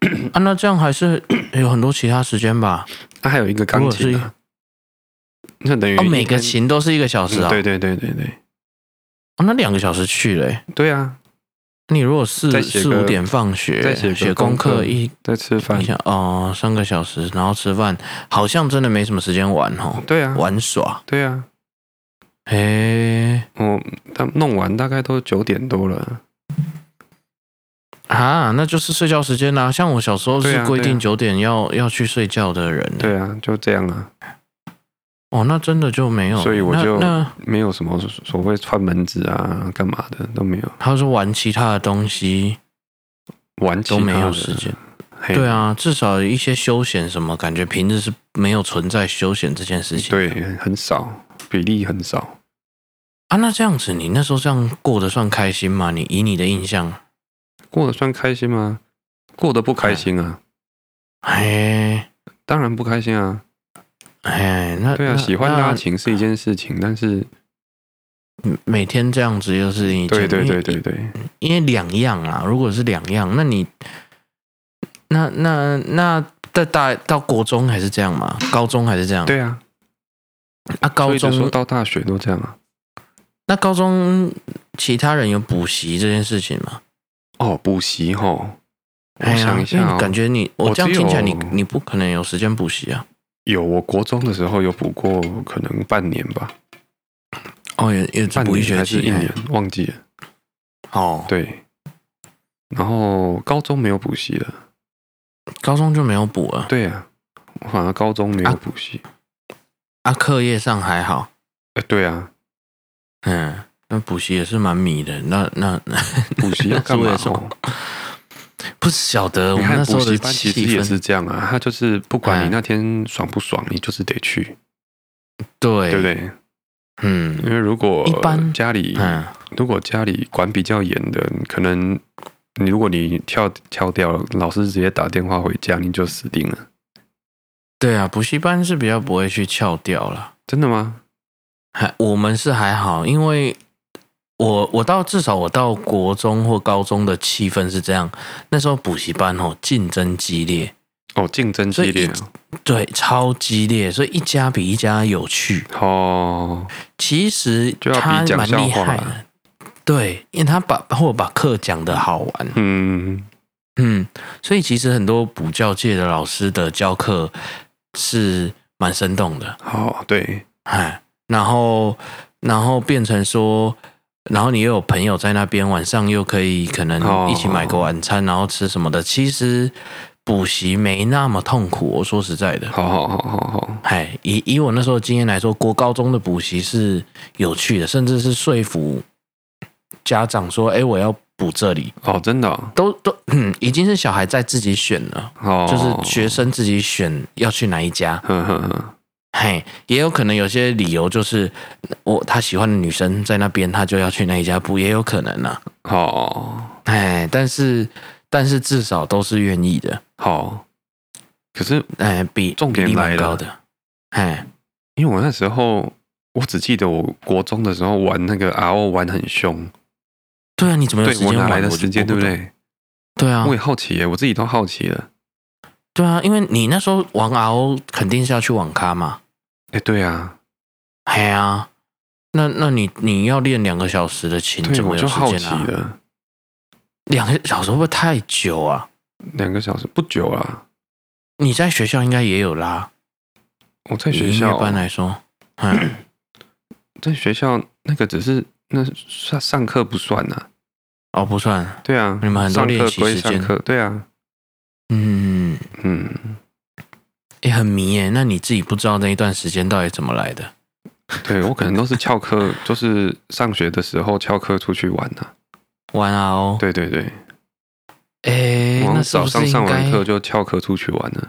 Speaker 3: 哎、
Speaker 2: 啊，那这样还是 有很多其他时间吧？
Speaker 3: 那还有一个
Speaker 2: 如
Speaker 3: 钢
Speaker 2: 果
Speaker 3: 琴、啊，那等于
Speaker 2: 哦，
Speaker 3: 一
Speaker 2: 每个
Speaker 3: 天
Speaker 2: 琴都是一个小时啊。
Speaker 3: 嗯对对对对对
Speaker 2: 哦，那两个小时去了欸、
Speaker 3: 对啊，
Speaker 2: 你如果四
Speaker 3: 再写
Speaker 2: 四
Speaker 3: 个
Speaker 2: 五点放学，
Speaker 3: 再写个
Speaker 2: 写
Speaker 3: 功
Speaker 2: 课
Speaker 3: 课
Speaker 2: 一，
Speaker 3: 在吃饭
Speaker 2: 你，想哦，三个小时，然后吃饭，好像真的没什么时间玩哦，
Speaker 3: 对啊，
Speaker 2: 玩耍。
Speaker 3: 对啊，
Speaker 2: 诶，
Speaker 3: 我他弄完大概都九点多了。
Speaker 2: 啊，那就是睡觉时间啦、像我小时候
Speaker 3: 对
Speaker 2: 是
Speaker 3: 啊
Speaker 2: 规定
Speaker 3: 对
Speaker 2: 九点要、要去睡觉的人、
Speaker 3: 对啊，就这样啊，
Speaker 2: 哦，那真的就没有。
Speaker 3: 所以我就
Speaker 2: 那那
Speaker 3: 没有什么所谓串门子啊、干嘛的都没有，
Speaker 2: 他说玩其他的东西
Speaker 3: 玩其
Speaker 2: 都没
Speaker 3: 他
Speaker 2: 有
Speaker 3: 的
Speaker 2: 时间。
Speaker 3: 嘿
Speaker 2: 对，啊，至少一些休闲什么，感觉平日是没有存在休闲这件事情。
Speaker 3: 对，很少，比例很少。
Speaker 2: 啊，那这样子，你那时候这样过得算开心吗？你以你的印象，
Speaker 3: 过得算开心吗？过得不开心啊，
Speaker 2: 哎
Speaker 3: 当然不开心啊。
Speaker 2: 哎，那
Speaker 3: 对啊，
Speaker 2: 那
Speaker 3: 喜欢
Speaker 2: 那
Speaker 3: 拉琴是一件事情，但是
Speaker 2: 每天这样子又是一
Speaker 3: 对
Speaker 2: 件
Speaker 3: 对
Speaker 2: 因为
Speaker 3: 对对对，
Speaker 2: 因为两样啊，如果是两样，那你那那那在大到国中还是这样嘛？高中还是这样？
Speaker 3: 对啊，
Speaker 2: 啊，
Speaker 3: 所
Speaker 2: 高
Speaker 3: 以就说
Speaker 2: 中
Speaker 3: 到大学都这样啊。
Speaker 2: 那高中其他人有补习这件事情吗？
Speaker 3: 哦，补习吼，我
Speaker 2: 哎呀
Speaker 3: 想一
Speaker 2: 因
Speaker 3: 下
Speaker 2: 为
Speaker 3: 哦
Speaker 2: 你感觉你
Speaker 3: 我
Speaker 2: 我这样
Speaker 3: 只有
Speaker 2: 听起来你，你不可能有时间补习啊。
Speaker 3: 有，我国中的时候有补过，可能半年吧，
Speaker 2: 哦，也也只
Speaker 3: 半
Speaker 2: 补一
Speaker 3: 年
Speaker 2: 学
Speaker 3: 还是
Speaker 2: 期，
Speaker 3: 一年
Speaker 2: 哎，
Speaker 3: 忘记了。
Speaker 2: 哦，
Speaker 3: 对，然后高中没有补习了。
Speaker 2: 高中就没有补了。
Speaker 3: 对呀、啊，我好像高中没有
Speaker 2: 啊
Speaker 3: 补习。
Speaker 2: 啊，课业上还好，
Speaker 3: 哎、对 啊，
Speaker 2: 嗯，那补习也是蛮迷的。那那那
Speaker 3: 补习要干
Speaker 2: 我
Speaker 3: 嘛
Speaker 2: 也是
Speaker 3: 哦？
Speaker 2: 不晓得我
Speaker 3: 你
Speaker 2: 们
Speaker 3: 看
Speaker 2: 那时
Speaker 3: 补
Speaker 2: 候的
Speaker 3: 习班其
Speaker 2: 气
Speaker 3: 实也
Speaker 2: 氛，
Speaker 3: 是这样啊，他就是不管
Speaker 2: 哎
Speaker 3: 你那天爽不爽，你就是得去，
Speaker 2: 对
Speaker 3: 对不？对？
Speaker 2: 嗯
Speaker 3: 因为如果
Speaker 2: 一般
Speaker 3: 家里
Speaker 2: 嗯，
Speaker 3: 如果家里管比较严的，可能你如果你跳跳掉了，老师直接打电话回家，你就死定了。
Speaker 2: 对啊，补习班是比较不会去翘掉了。
Speaker 3: 真的吗？
Speaker 2: 还我们是还好，因为我我到至少我到国中或高中的气氛是这样，那时候补习班哦竞争激烈，
Speaker 3: 哦，竞争激烈啊
Speaker 2: 对，超激烈，所以一家比一家有趣。
Speaker 3: 哦，
Speaker 2: 其实
Speaker 3: 就要比
Speaker 2: 他
Speaker 3: 讲
Speaker 2: 蛮
Speaker 3: 笑
Speaker 2: 厉
Speaker 3: 话
Speaker 2: 害的
Speaker 3: 啊，
Speaker 2: 对，因为他把或者把课讲的好玩，
Speaker 3: 嗯，
Speaker 2: 嗯，所以其实很多补教界的老师的教课是蛮生动的，
Speaker 3: 好，对，
Speaker 2: 哎，然后然后变成说，然后你又有朋友在那边，晚上又可以可能
Speaker 3: 哦
Speaker 2: 一起买个晚餐，然后吃什么的。其实补习没那么痛苦，我说实在的，
Speaker 3: 好好好好好，
Speaker 2: 哎，以以我那时候的经验来说，国高中的补习是有趣的，甚至是说服家长说，哎，我要补这里，
Speaker 3: 哦，真的哦，
Speaker 2: 都都、嗯、已经是小孩在自己选了。
Speaker 3: 哦
Speaker 2: 就是学生自己选要去哪一家，
Speaker 3: 呵呵呵，
Speaker 2: 嘿，也有可能有些理由就是我他喜欢的女生在那边，他就要去那一家补，也有可能啊。
Speaker 3: 好
Speaker 2: 哎，但是但是至少都是愿意的，
Speaker 3: 好。可是
Speaker 2: 哎，比
Speaker 3: 重点
Speaker 2: 比例蛮
Speaker 3: 来了
Speaker 2: 高的，哎，
Speaker 3: 因为我那时候，我只记得我国中的时候玩那个 RO 玩很凶，
Speaker 2: 对啊，你怎么有
Speaker 3: 对
Speaker 2: 时间
Speaker 3: 我哪
Speaker 2: 玩？
Speaker 3: 来的
Speaker 2: 就
Speaker 3: 时间，对
Speaker 2: 我
Speaker 3: 不
Speaker 2: 懂？
Speaker 3: 对？
Speaker 2: 对啊
Speaker 3: 我，也好奇耶，我自己都好奇了。
Speaker 2: 对啊，因为你那时候玩 RO 肯定是要去网咖嘛，
Speaker 3: 哎，对啊，
Speaker 2: 嘿啊，那那你你要练两个小时的琴，
Speaker 3: 对，
Speaker 2: 怎么
Speaker 3: 我
Speaker 2: 有
Speaker 3: 就
Speaker 2: 时
Speaker 3: 好
Speaker 2: 间
Speaker 3: 奇
Speaker 2: 啊？
Speaker 3: 了。
Speaker 2: 两个小时会不会太久啊？
Speaker 3: 两个小时不久啊啦，
Speaker 2: 你在学校应该也有啦，
Speaker 3: 我在
Speaker 2: 以
Speaker 3: 学
Speaker 2: 音
Speaker 3: 校
Speaker 2: 乐，班来说，嗯。
Speaker 3: 在学校那个只是那上上课不算呐、
Speaker 2: 哦，不算，
Speaker 3: 对啊，
Speaker 2: 你们很多
Speaker 3: 上
Speaker 2: 练
Speaker 3: 课
Speaker 2: 习
Speaker 3: 归
Speaker 2: 时
Speaker 3: 上
Speaker 2: 间
Speaker 3: 课，对啊，
Speaker 2: 嗯，
Speaker 3: 嗯，
Speaker 2: 也、很迷耶。那你自己不知道那一段时间到底怎么来的？
Speaker 3: 对我可能都是翘课，就是上学的时候翘课出去玩呐、
Speaker 2: 玩啊哦，
Speaker 3: 对对对，
Speaker 2: 哎、
Speaker 3: 我好
Speaker 2: 那
Speaker 3: 像
Speaker 2: 是
Speaker 3: 早
Speaker 2: 不
Speaker 3: 上
Speaker 2: 是
Speaker 3: 上
Speaker 2: 应
Speaker 3: 完
Speaker 2: 该？
Speaker 3: 课就翘课出去玩了。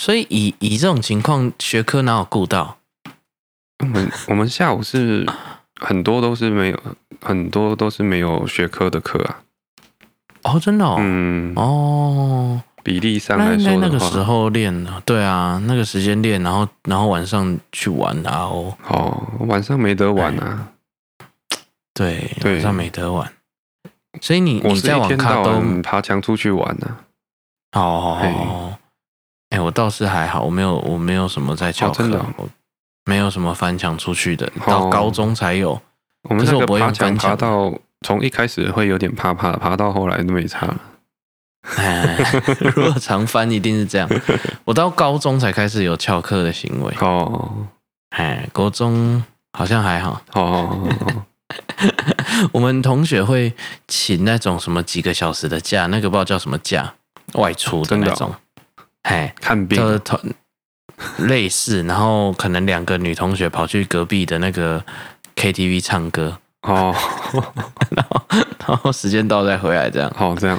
Speaker 2: 所以以以这种情况，学科哪有顾到？
Speaker 3: 我们我们下午是很多都是没有，很多都是没有学科的课啊。
Speaker 2: 哦，真的哦，
Speaker 3: 嗯，
Speaker 2: 哦，
Speaker 3: 比例上
Speaker 2: 那
Speaker 3: 来
Speaker 2: 应该
Speaker 3: 说
Speaker 2: 那
Speaker 3: 的
Speaker 2: 个时
Speaker 3: 话，
Speaker 2: 候练，对啊，那个时间练，然后然后晚上去玩啊哦，
Speaker 3: 哦，晚上没得玩啊。
Speaker 2: 对，
Speaker 3: 对
Speaker 2: 晚上没得玩。所以哎你
Speaker 3: 我
Speaker 2: 你
Speaker 3: 是
Speaker 2: 在
Speaker 3: 一
Speaker 2: 网
Speaker 3: 天
Speaker 2: 咖
Speaker 3: 到
Speaker 2: 都
Speaker 3: 晚爬墙出去玩啊。
Speaker 2: 哦，哎、
Speaker 3: 嘿
Speaker 2: 哦哎，我倒是还好，我没有，我没有什么在翘
Speaker 3: 哦
Speaker 2: 课，
Speaker 3: 真的哦
Speaker 2: 我没有什么翻墙出去的，到
Speaker 3: 哦
Speaker 2: 高中才有。
Speaker 3: 我们
Speaker 2: 可是
Speaker 3: 那
Speaker 2: 我
Speaker 3: 个
Speaker 2: 不会
Speaker 3: 爬
Speaker 2: 用
Speaker 3: 墙
Speaker 2: 翻
Speaker 3: 爬
Speaker 2: 墙
Speaker 3: 到从一开始会有点怕怕，爬到后来都没 差了。
Speaker 2: 哎，如果常翻一定 是这样。我到高中才开始有翘课的行为，
Speaker 3: 哦
Speaker 2: 哎，国中好像还好。
Speaker 3: 哦哦哦，
Speaker 2: 我们同学会请那种什么几个小时的假，那个不知道叫什么假，外出的
Speaker 3: 真的
Speaker 2: 那
Speaker 3: 哦
Speaker 2: 种，哎，
Speaker 3: 看病
Speaker 2: 就是同类似，然后可能两个女同学跑去隔壁的那个 KTV 唱 歌，
Speaker 3: 哦，
Speaker 2: 然后然后时间到再回来这样。
Speaker 3: 好哦这样，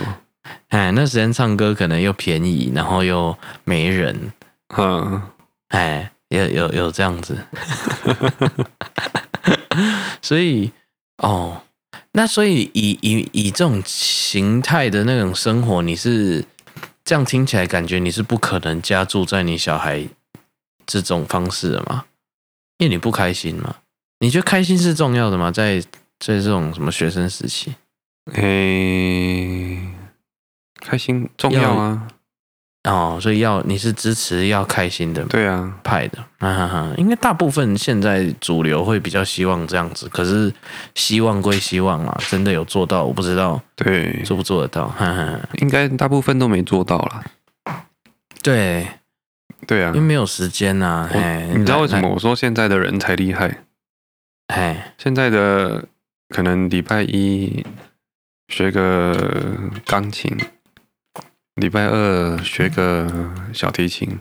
Speaker 2: 哎，那时间唱歌可能又便宜，然后又没人，
Speaker 3: 嗯，
Speaker 2: 哎，有有有这样子， 所以哦，那所以以以以这种形态的那种生活，你是这样听起来感觉你是不可能加注在你小孩这种方式的嘛？因为你不开心嘛？你觉得开心是重要的吗？在在这种什么学生时期，
Speaker 3: 诶，开心重
Speaker 2: 要
Speaker 3: 要啊，
Speaker 2: 哦，所以要你是支持要开心的
Speaker 3: 对啊，
Speaker 2: 派的，啊哈哈，应该大部分现在主流会比较希望这样子，可是希望归希望啊，真的有做到，我不知道
Speaker 3: 对，
Speaker 2: 做不做得到，哈哈，
Speaker 3: 应该大部分都没做到啦。
Speaker 2: 对，
Speaker 3: 对啊
Speaker 2: 因为，没有时间呐、啊。
Speaker 3: 我
Speaker 2: 哎，
Speaker 3: 你知道为什
Speaker 2: 来
Speaker 3: 么？我说现在的人才厉害？
Speaker 2: 来哎，
Speaker 3: 现在的可能礼拜一学个钢琴，礼拜二学个小提琴，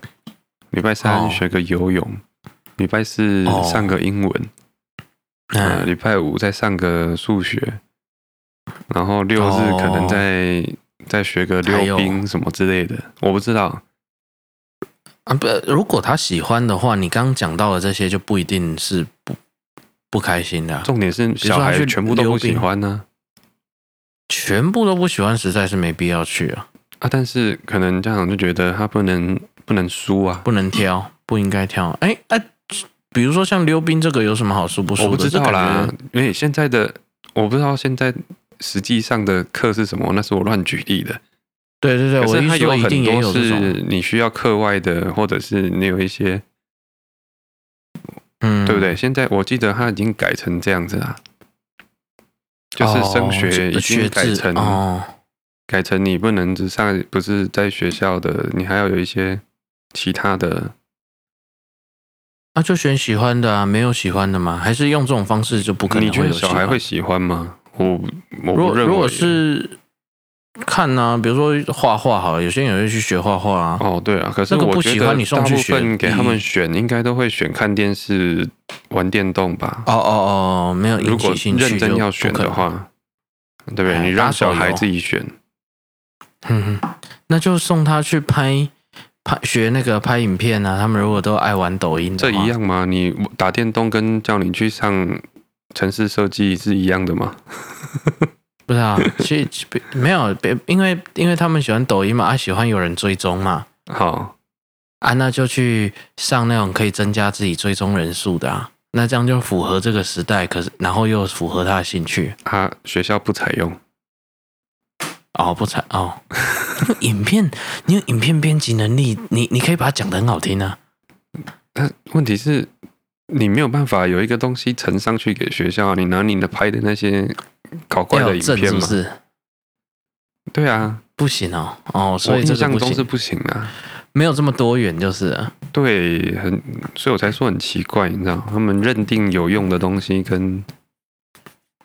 Speaker 3: 礼拜
Speaker 2: 哦
Speaker 3: 三学个游泳，礼拜四
Speaker 2: 哦
Speaker 3: 上个英文，呃，
Speaker 2: 嗯，
Speaker 3: 礼拜五再上个数学，然后六日
Speaker 2: 哦
Speaker 3: 可能再、再学个
Speaker 2: 还
Speaker 3: 溜
Speaker 2: 有
Speaker 3: 冰什么之类的，我不知道。
Speaker 2: 啊不，如果他喜欢的话，你刚刚讲到的这些就不一定是不不开心的啊、
Speaker 3: 重点是
Speaker 2: 说
Speaker 3: 小
Speaker 2: 他去
Speaker 3: 孩全部都
Speaker 2: 溜
Speaker 3: 不
Speaker 2: 冰
Speaker 3: 喜欢啊呢
Speaker 2: 全部都不喜欢，实在是没必要去啊，
Speaker 3: 啊但是可能家长就觉得他不能不能输啊，
Speaker 2: 不能挑， 不应该挑。哎哎、比如说像溜冰这个有什么好处不
Speaker 3: 我
Speaker 2: 输
Speaker 3: 不
Speaker 2: 的？
Speaker 3: 知
Speaker 2: 这
Speaker 3: 道
Speaker 2: 感
Speaker 3: 啦
Speaker 2: 觉，
Speaker 3: 因为现在的我不知道现在实际上的课是什么，那是我乱举例的。
Speaker 2: 对对对，
Speaker 3: 可
Speaker 2: 我
Speaker 3: 是
Speaker 2: 一
Speaker 3: 它
Speaker 2: 说一
Speaker 3: 很
Speaker 2: 定也
Speaker 3: 多
Speaker 2: 有这种，
Speaker 3: 是你需要课外的，或者是你有一些，
Speaker 2: 嗯，
Speaker 3: 对不对？？现在我记得它已经改成这样子啦，就是升学已经
Speaker 2: 哦学
Speaker 3: 改
Speaker 2: 制
Speaker 3: 成、
Speaker 2: 哦，
Speaker 3: 改成你不能只上不是在学校的，你还要有一些其他的。
Speaker 2: 那、啊就选喜欢的啊，没有喜欢的吗？还是用这种方式就不可能
Speaker 3: 你觉得
Speaker 2: 会有喜
Speaker 3: 小
Speaker 2: 欢
Speaker 3: 孩会喜欢吗？我我不
Speaker 2: 如果
Speaker 3: 认为。
Speaker 2: 如果是看呢、比如说画画好了，有些人也会去学画画啊。
Speaker 3: 哦，对啊，可是
Speaker 2: 那个
Speaker 3: 我
Speaker 2: 不
Speaker 3: 觉
Speaker 2: 喜
Speaker 3: 得
Speaker 2: 欢你送
Speaker 3: 大
Speaker 2: 去
Speaker 3: 部
Speaker 2: 学
Speaker 3: 分给他
Speaker 2: 地
Speaker 3: 们选，应该都会选看电视、玩电动吧。
Speaker 2: 哦哦哦，没有
Speaker 3: 如
Speaker 2: 引
Speaker 3: 果
Speaker 2: 起兴趣
Speaker 3: 认真
Speaker 2: 就
Speaker 3: 要
Speaker 2: 不
Speaker 3: 选
Speaker 2: 可
Speaker 3: 的
Speaker 2: 能，
Speaker 3: 话，对不对？
Speaker 2: 哎
Speaker 3: 你
Speaker 2: 打
Speaker 3: 让
Speaker 2: 手
Speaker 3: 小孩
Speaker 2: 游
Speaker 3: 自己选，
Speaker 2: 嗯，哼，那就送他去拍拍学那个拍影片啊。他们如果都爱玩抖音的
Speaker 3: 这
Speaker 2: 话，
Speaker 3: 一样吗？你打电动跟叫你去上城市设计是一样的吗？
Speaker 2: 不是啊？其实没有，别因为因为他们喜欢抖音嘛，啊，喜欢有人追踪嘛，
Speaker 3: 好，
Speaker 2: 啊，那就去上那种可以增加自己追踪人数的啊。那这样就符合这个时代，可是然后又符合他的兴趣。
Speaker 3: 啊，学校不采用，
Speaker 2: 哦，不才哦， 那个影片，你有影片编辑能力，你你可以把它讲得很好听啊。
Speaker 3: 但问题是，你没有办法有一个东西呈上去给学校啊，你拿你的拍的那些搞怪
Speaker 2: 要
Speaker 3: 的
Speaker 2: 有
Speaker 3: 影
Speaker 2: 证
Speaker 3: 片
Speaker 2: 是不
Speaker 3: 嘛？
Speaker 2: 是？
Speaker 3: 对啊，
Speaker 2: 不行哦，哦，所
Speaker 3: 我
Speaker 2: 以
Speaker 3: 印
Speaker 2: 这个
Speaker 3: 象
Speaker 2: 不
Speaker 3: 中
Speaker 2: 行，
Speaker 3: 是不行啊。
Speaker 2: 没有这么多元就是了。
Speaker 3: 对，很，所以我才说很奇怪，你知道，他们认定有用的东西跟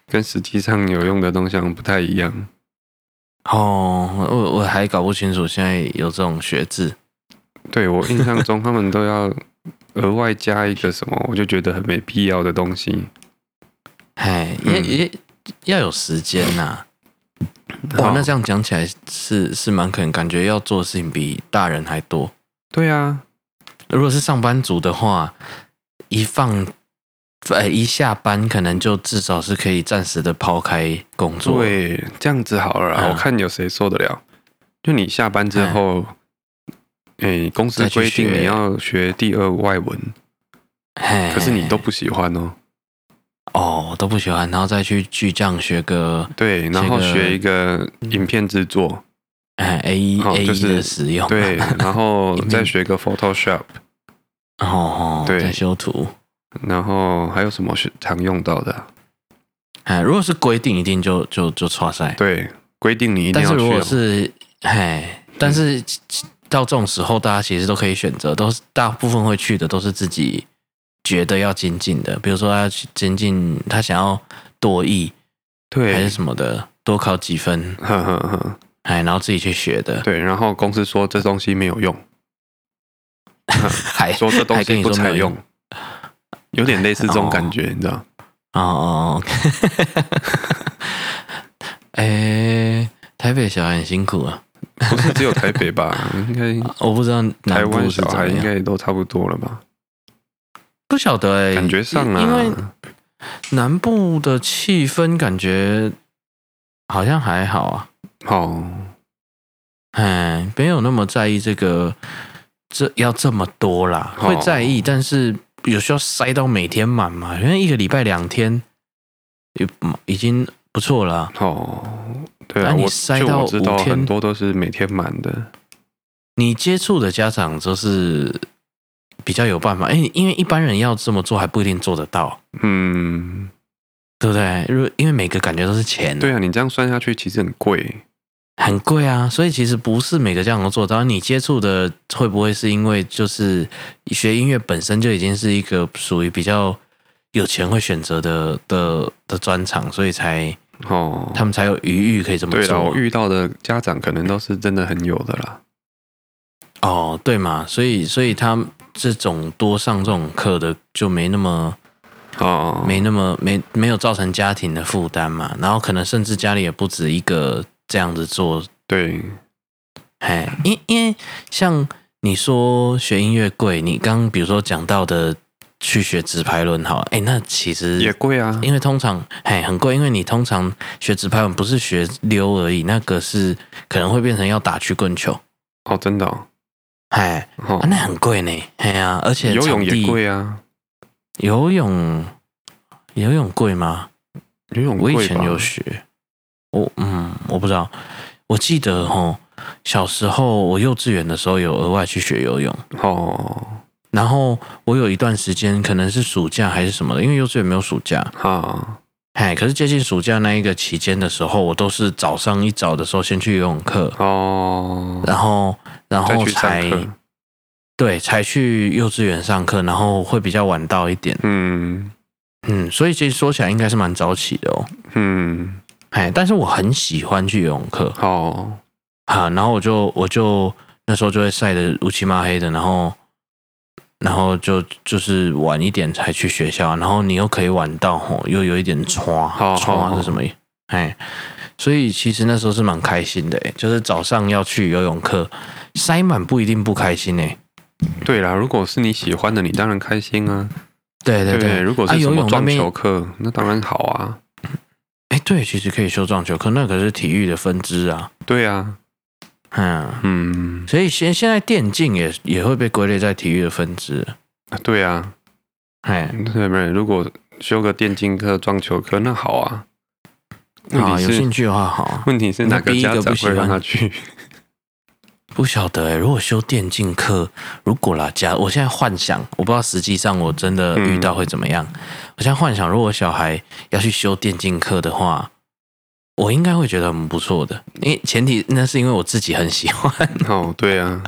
Speaker 3: 跟实际上有用的东西好像不太一样。
Speaker 2: 哦，我我我还搞不清楚现在有这种学制。
Speaker 3: 对我印象中，他们都要额外加一个什么，我就觉得很没必要的东西。
Speaker 2: 哎，也
Speaker 3: 嗯
Speaker 2: 也要有时间呐、哇，
Speaker 3: 好
Speaker 2: 那这样讲起来是是蛮可能，感觉要做的事情比大人还多。
Speaker 3: 对啊，
Speaker 2: 如果是上班族的话，一放呃一下班，可能就至少是可以暂时的抛开工作。，
Speaker 3: 对，这样子好了啦，
Speaker 2: 嗯
Speaker 3: 我看有谁受得了。就你下班之后，诶、公司
Speaker 2: 再去
Speaker 3: 规定
Speaker 2: 学
Speaker 3: 你要学第二外文，
Speaker 2: 嘿
Speaker 3: 可是你都不喜欢哦。
Speaker 2: 哦都不喜欢，然后再去巨匠学个
Speaker 3: 对，然后
Speaker 2: 这个嗯
Speaker 3: 学一个影片制作。
Speaker 2: 哎 A 一
Speaker 3: 哦
Speaker 2: A
Speaker 3: 就
Speaker 2: 一
Speaker 3: 是
Speaker 2: 的使用，
Speaker 3: 对，然后再学个 Photoshop，
Speaker 2: 哦哦，
Speaker 3: 对
Speaker 2: 再修图。
Speaker 3: 然后还有什么是常用到的啊？
Speaker 2: 哎，如果是规定，一定就就就错赛。
Speaker 3: 对，规定你一定
Speaker 2: 但
Speaker 3: 要
Speaker 2: 是
Speaker 3: 去
Speaker 2: 如果
Speaker 3: 哦。
Speaker 2: 是哎，但是到这种时候，大家其实都可以选择，都是大部分会去的都是自己觉得要精进的，比如说他要去精进，他想要多艺还是
Speaker 3: 对，
Speaker 2: 什么的，多考几分，
Speaker 3: 呵呵呵，
Speaker 2: 哎，然后自己去学 的，
Speaker 3: 对。然后公司说这东西没有用，
Speaker 2: 还
Speaker 3: 说这东
Speaker 2: 哎还跟
Speaker 3: 西
Speaker 2: 你
Speaker 3: 不
Speaker 2: 说没
Speaker 3: 采
Speaker 2: 有
Speaker 3: 用
Speaker 2: 用，
Speaker 3: 有点类似这种感
Speaker 2: 哦
Speaker 3: 觉，你知道？
Speaker 2: 哦哦，哦 哎，台北小孩很辛苦啊，
Speaker 3: 不是只有台北 吧？应该
Speaker 2: 我不知道
Speaker 3: 台
Speaker 2: 南部
Speaker 3: 湾
Speaker 2: 是
Speaker 3: 小
Speaker 2: 怎么
Speaker 3: 孩应
Speaker 2: 样，
Speaker 3: 该也都差不多了吧？
Speaker 2: 不晓得哎、
Speaker 3: 感觉上
Speaker 2: 因为
Speaker 3: 啊，
Speaker 2: 南部的气氛感觉好像还好啊，
Speaker 3: 好，
Speaker 2: 哎，没有那么在意这个，这要这么多啦，
Speaker 3: 哦
Speaker 2: 会在意，但是有需要塞到每天满嘛？因为一个礼拜两天，也嗯已经不错了啊。
Speaker 3: 哦，对啊，
Speaker 2: 那你
Speaker 3: 我
Speaker 2: 塞
Speaker 3: 就
Speaker 2: 到
Speaker 3: 我知道
Speaker 2: 五天
Speaker 3: 很多都是每天满的，
Speaker 2: 你接触的家长都是比较有办法，哎，因为一般人要这么做还不一定做得到，
Speaker 3: 嗯，
Speaker 2: 对不对？如因为每个感觉都是钱，啊
Speaker 3: 对啊，你这样算下去其实很贵，
Speaker 2: 很贵啊，所以其实不是每个家长都做到。你接触的会不会是因为就是学音乐本身就已经是一个属于比较有钱会选择的的的专长，所以才
Speaker 3: 哦，
Speaker 2: 他们才有余嗯裕可以这么
Speaker 3: 对了，
Speaker 2: 做
Speaker 3: 我？遇到的家长可能都是真的很有的啦。
Speaker 2: 哦，对嘛，所以所以他这种多上这种课的就没那么
Speaker 3: 哦，
Speaker 2: 没那么没没有造成家庭的负担嘛，然后可能甚至家里也不止一个这样子做
Speaker 3: 对，
Speaker 2: 哎，因因为像你说学音乐贵，你刚刚比如说讲到的去学直排轮好了，哎，那其实
Speaker 3: 也贵啊。
Speaker 2: 因为通常哎很贵，因为你通常学直排轮不是学溜而已，那个是可能会变成要打曲棍球，
Speaker 3: 哦，真的哦，
Speaker 2: 哎、
Speaker 3: 哦
Speaker 2: 啊那很贵呢，哎呀、而且
Speaker 3: 游泳
Speaker 2: 场地
Speaker 3: 也，贵啊，
Speaker 2: 游泳游泳贵吗？
Speaker 3: 游泳
Speaker 2: 我以
Speaker 3: 贵
Speaker 2: 前
Speaker 3: 吧？
Speaker 2: 有学，我嗯我不知道，我记得哦，小时候我幼稚园的时候有额外去学游泳。
Speaker 3: 哦，
Speaker 2: 然后我有一段时间可能是暑假还是什么的，因为幼稚园没有暑假，
Speaker 3: 啊，
Speaker 2: 哎，可是接近暑假那一个期间的时候，我都是早上一早的时候先去游泳课，
Speaker 3: 哦，
Speaker 2: 然后然
Speaker 3: 再
Speaker 2: 后
Speaker 3: 去上
Speaker 2: 才
Speaker 3: 课，
Speaker 2: 对才去幼稚园上课，然后会比较晚到一点，
Speaker 3: 嗯
Speaker 2: 嗯，所以其实说起来应该是蛮早起的哦，
Speaker 3: 嗯，
Speaker 2: 哎，但是我很喜欢去游泳课
Speaker 3: 哦，
Speaker 2: 啊，然后我就我就那时候就会晒得乌漆嘛黑的，然后。然后就就是晚一点才去学校，然后你又可以晚到吼，又有一点抓
Speaker 3: 好好
Speaker 2: 抓
Speaker 3: 好
Speaker 2: 是什么意？哎，所以其实那时候是蛮开心的，哎就是早上要去游泳课，塞满不一定不开心哎。
Speaker 3: 对啦，如果是你喜欢的，你当然开心啊。
Speaker 2: 对对
Speaker 3: 不
Speaker 2: 对，
Speaker 3: 如果
Speaker 2: 啊
Speaker 3: 是什
Speaker 2: 游
Speaker 3: 么
Speaker 2: 泳那
Speaker 3: 撞
Speaker 2: 边
Speaker 3: 球课，那当然好啊。
Speaker 2: 哎，对，其实可以修撞球课，那可是体育的分支啊。
Speaker 3: 对啊，
Speaker 2: 嗯，
Speaker 3: 嗯，
Speaker 2: 所以现现在电竞也也会被归类在体育的分支。
Speaker 3: 对啊，
Speaker 2: 哎，
Speaker 3: 对不对？如果修个电竞课、撞球课，那好啊。问
Speaker 2: 啊，
Speaker 3: 题
Speaker 2: 有
Speaker 3: 是
Speaker 2: 兴，趣的话好。
Speaker 3: 问题是哪
Speaker 2: 那
Speaker 3: 个
Speaker 2: 逼一
Speaker 3: 家
Speaker 2: 个
Speaker 3: 长
Speaker 2: 不喜
Speaker 3: 会
Speaker 2: 欢
Speaker 3: 让他去？
Speaker 2: 不晓得哎、如果修电竞课，如果啦，假我现在幻想，我不知道实际上我真的遇到会怎么样。我现在幻想，如果我小孩要去修电竞课的话，我应该会觉得很不错的，因为前提那是因为我自己很喜欢，
Speaker 3: 哦，对啊，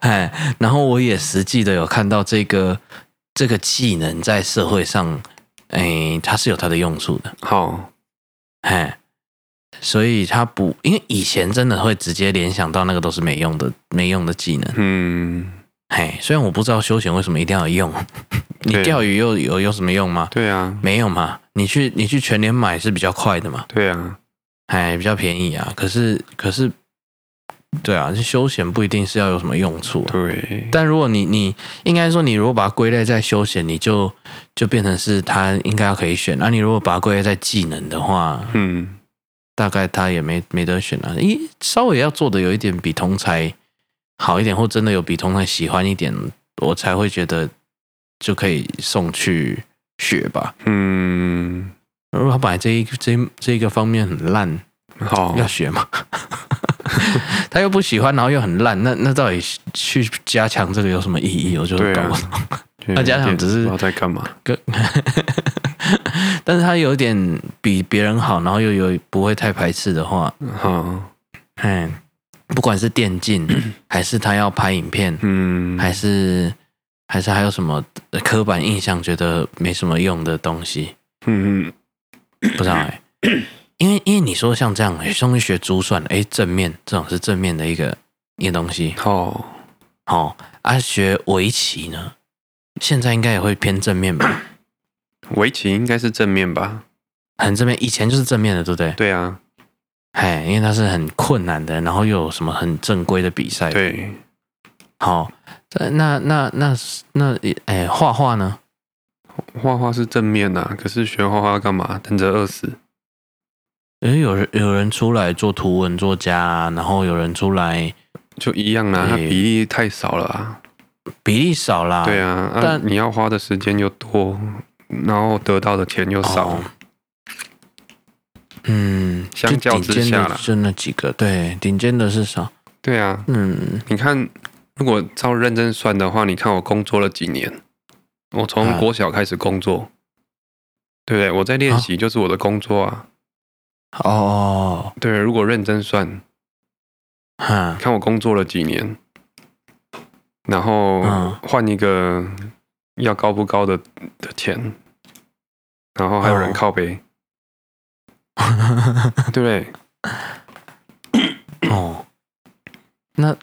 Speaker 2: 哎，然后我也实际的有看到这个这个技能在社会上，哎，它是有它的用处的，
Speaker 3: 好，
Speaker 2: 哎。所以它不，因为以前真的会直接联想到那个都是没用的、没用的技能。
Speaker 3: 嗯，
Speaker 2: 哎，虽然我不知道休闲为什么一定要有用， 你
Speaker 3: 对
Speaker 2: 钓鱼又有有什么用吗？
Speaker 3: 对啊，
Speaker 2: 没有嘛，你去你去全年买是比较快的嘛，
Speaker 3: 对啊，
Speaker 2: 哎，比较便宜啊。可是可是，对啊，这休闲不一定是要有什么用处、啊。
Speaker 3: 对，
Speaker 2: 但如果你你应该说你如果把它归类在休闲，你就就变成是它应该要可以选。啊那、你如果把它归类在技能的话，
Speaker 3: 嗯，
Speaker 2: 大概它也没没得选啊。咦，稍微要做的有一点比同才好一点，或真的有比同才喜欢一点，我才会觉得就可以送去学吧。
Speaker 3: 嗯，
Speaker 2: 如果他本来这一这一这一个方面很烂，
Speaker 3: 好，
Speaker 2: 要学吗？ 他又不喜欢，然后又很烂，那那到底去加强这个有什么意义？我就
Speaker 3: 对
Speaker 2: 搞
Speaker 3: 啊
Speaker 2: 不懂。那家长只是
Speaker 3: 不知道在干嘛，
Speaker 2: 跟 但是他有点比别人好，然后又有不会太排斥的话，
Speaker 3: 好，
Speaker 2: 哎，不管是电竞，还是他要拍影片，
Speaker 3: 嗯，
Speaker 2: 还是还是还有什么呃刻板印象觉得没什么用的东西，
Speaker 3: 嗯，嗯
Speaker 2: 不知道哎、因为因为你说像这样，哎上去学珠算，哎，正面这种是正面的一个一个东西，
Speaker 3: 好，
Speaker 2: 哦，啊，学围棋呢，现在应该也会偏正面吧，
Speaker 3: 围棋应该是正面吧？
Speaker 2: 很正面，以前就是正面的，对不对？
Speaker 3: 对啊，
Speaker 2: 哎，因为它是很困难的，然后又有什么很正规的比赛，，
Speaker 3: 对，
Speaker 2: 好、那那那那那，哎，画画呢？
Speaker 3: 画画是正面呐、可是学画画干嘛？等着饿死？
Speaker 2: 因为有人有人出来做图文作家、啊然后有人出来
Speaker 3: 就一样啦、
Speaker 2: 对
Speaker 3: 它比例太少了啊。
Speaker 2: 比例少啦，
Speaker 3: 对啊，啊
Speaker 2: 但
Speaker 3: 你要花的时间又多，然后得到的钱又
Speaker 2: 哦，
Speaker 3: 少。
Speaker 2: 嗯，就
Speaker 3: 相较之
Speaker 2: 顶尖
Speaker 3: 下
Speaker 2: 的
Speaker 3: 啦
Speaker 2: 就那几个，对，顶尖的是少，
Speaker 3: 对啊，
Speaker 2: 嗯，
Speaker 3: 你看，如果照认真算的话，你看我工作了几年？我从
Speaker 2: 啊
Speaker 3: 国小开始工作，对不对？我在练习就是我的工作啊。
Speaker 2: 哦，
Speaker 3: 对，如果认真算，
Speaker 2: 哈，
Speaker 3: 看我工作了几年，然后
Speaker 2: 嗯
Speaker 3: 换一个要高不高的的钱，然后还有人
Speaker 2: 哦
Speaker 3: 靠 背，对不对？
Speaker 2: 哦，那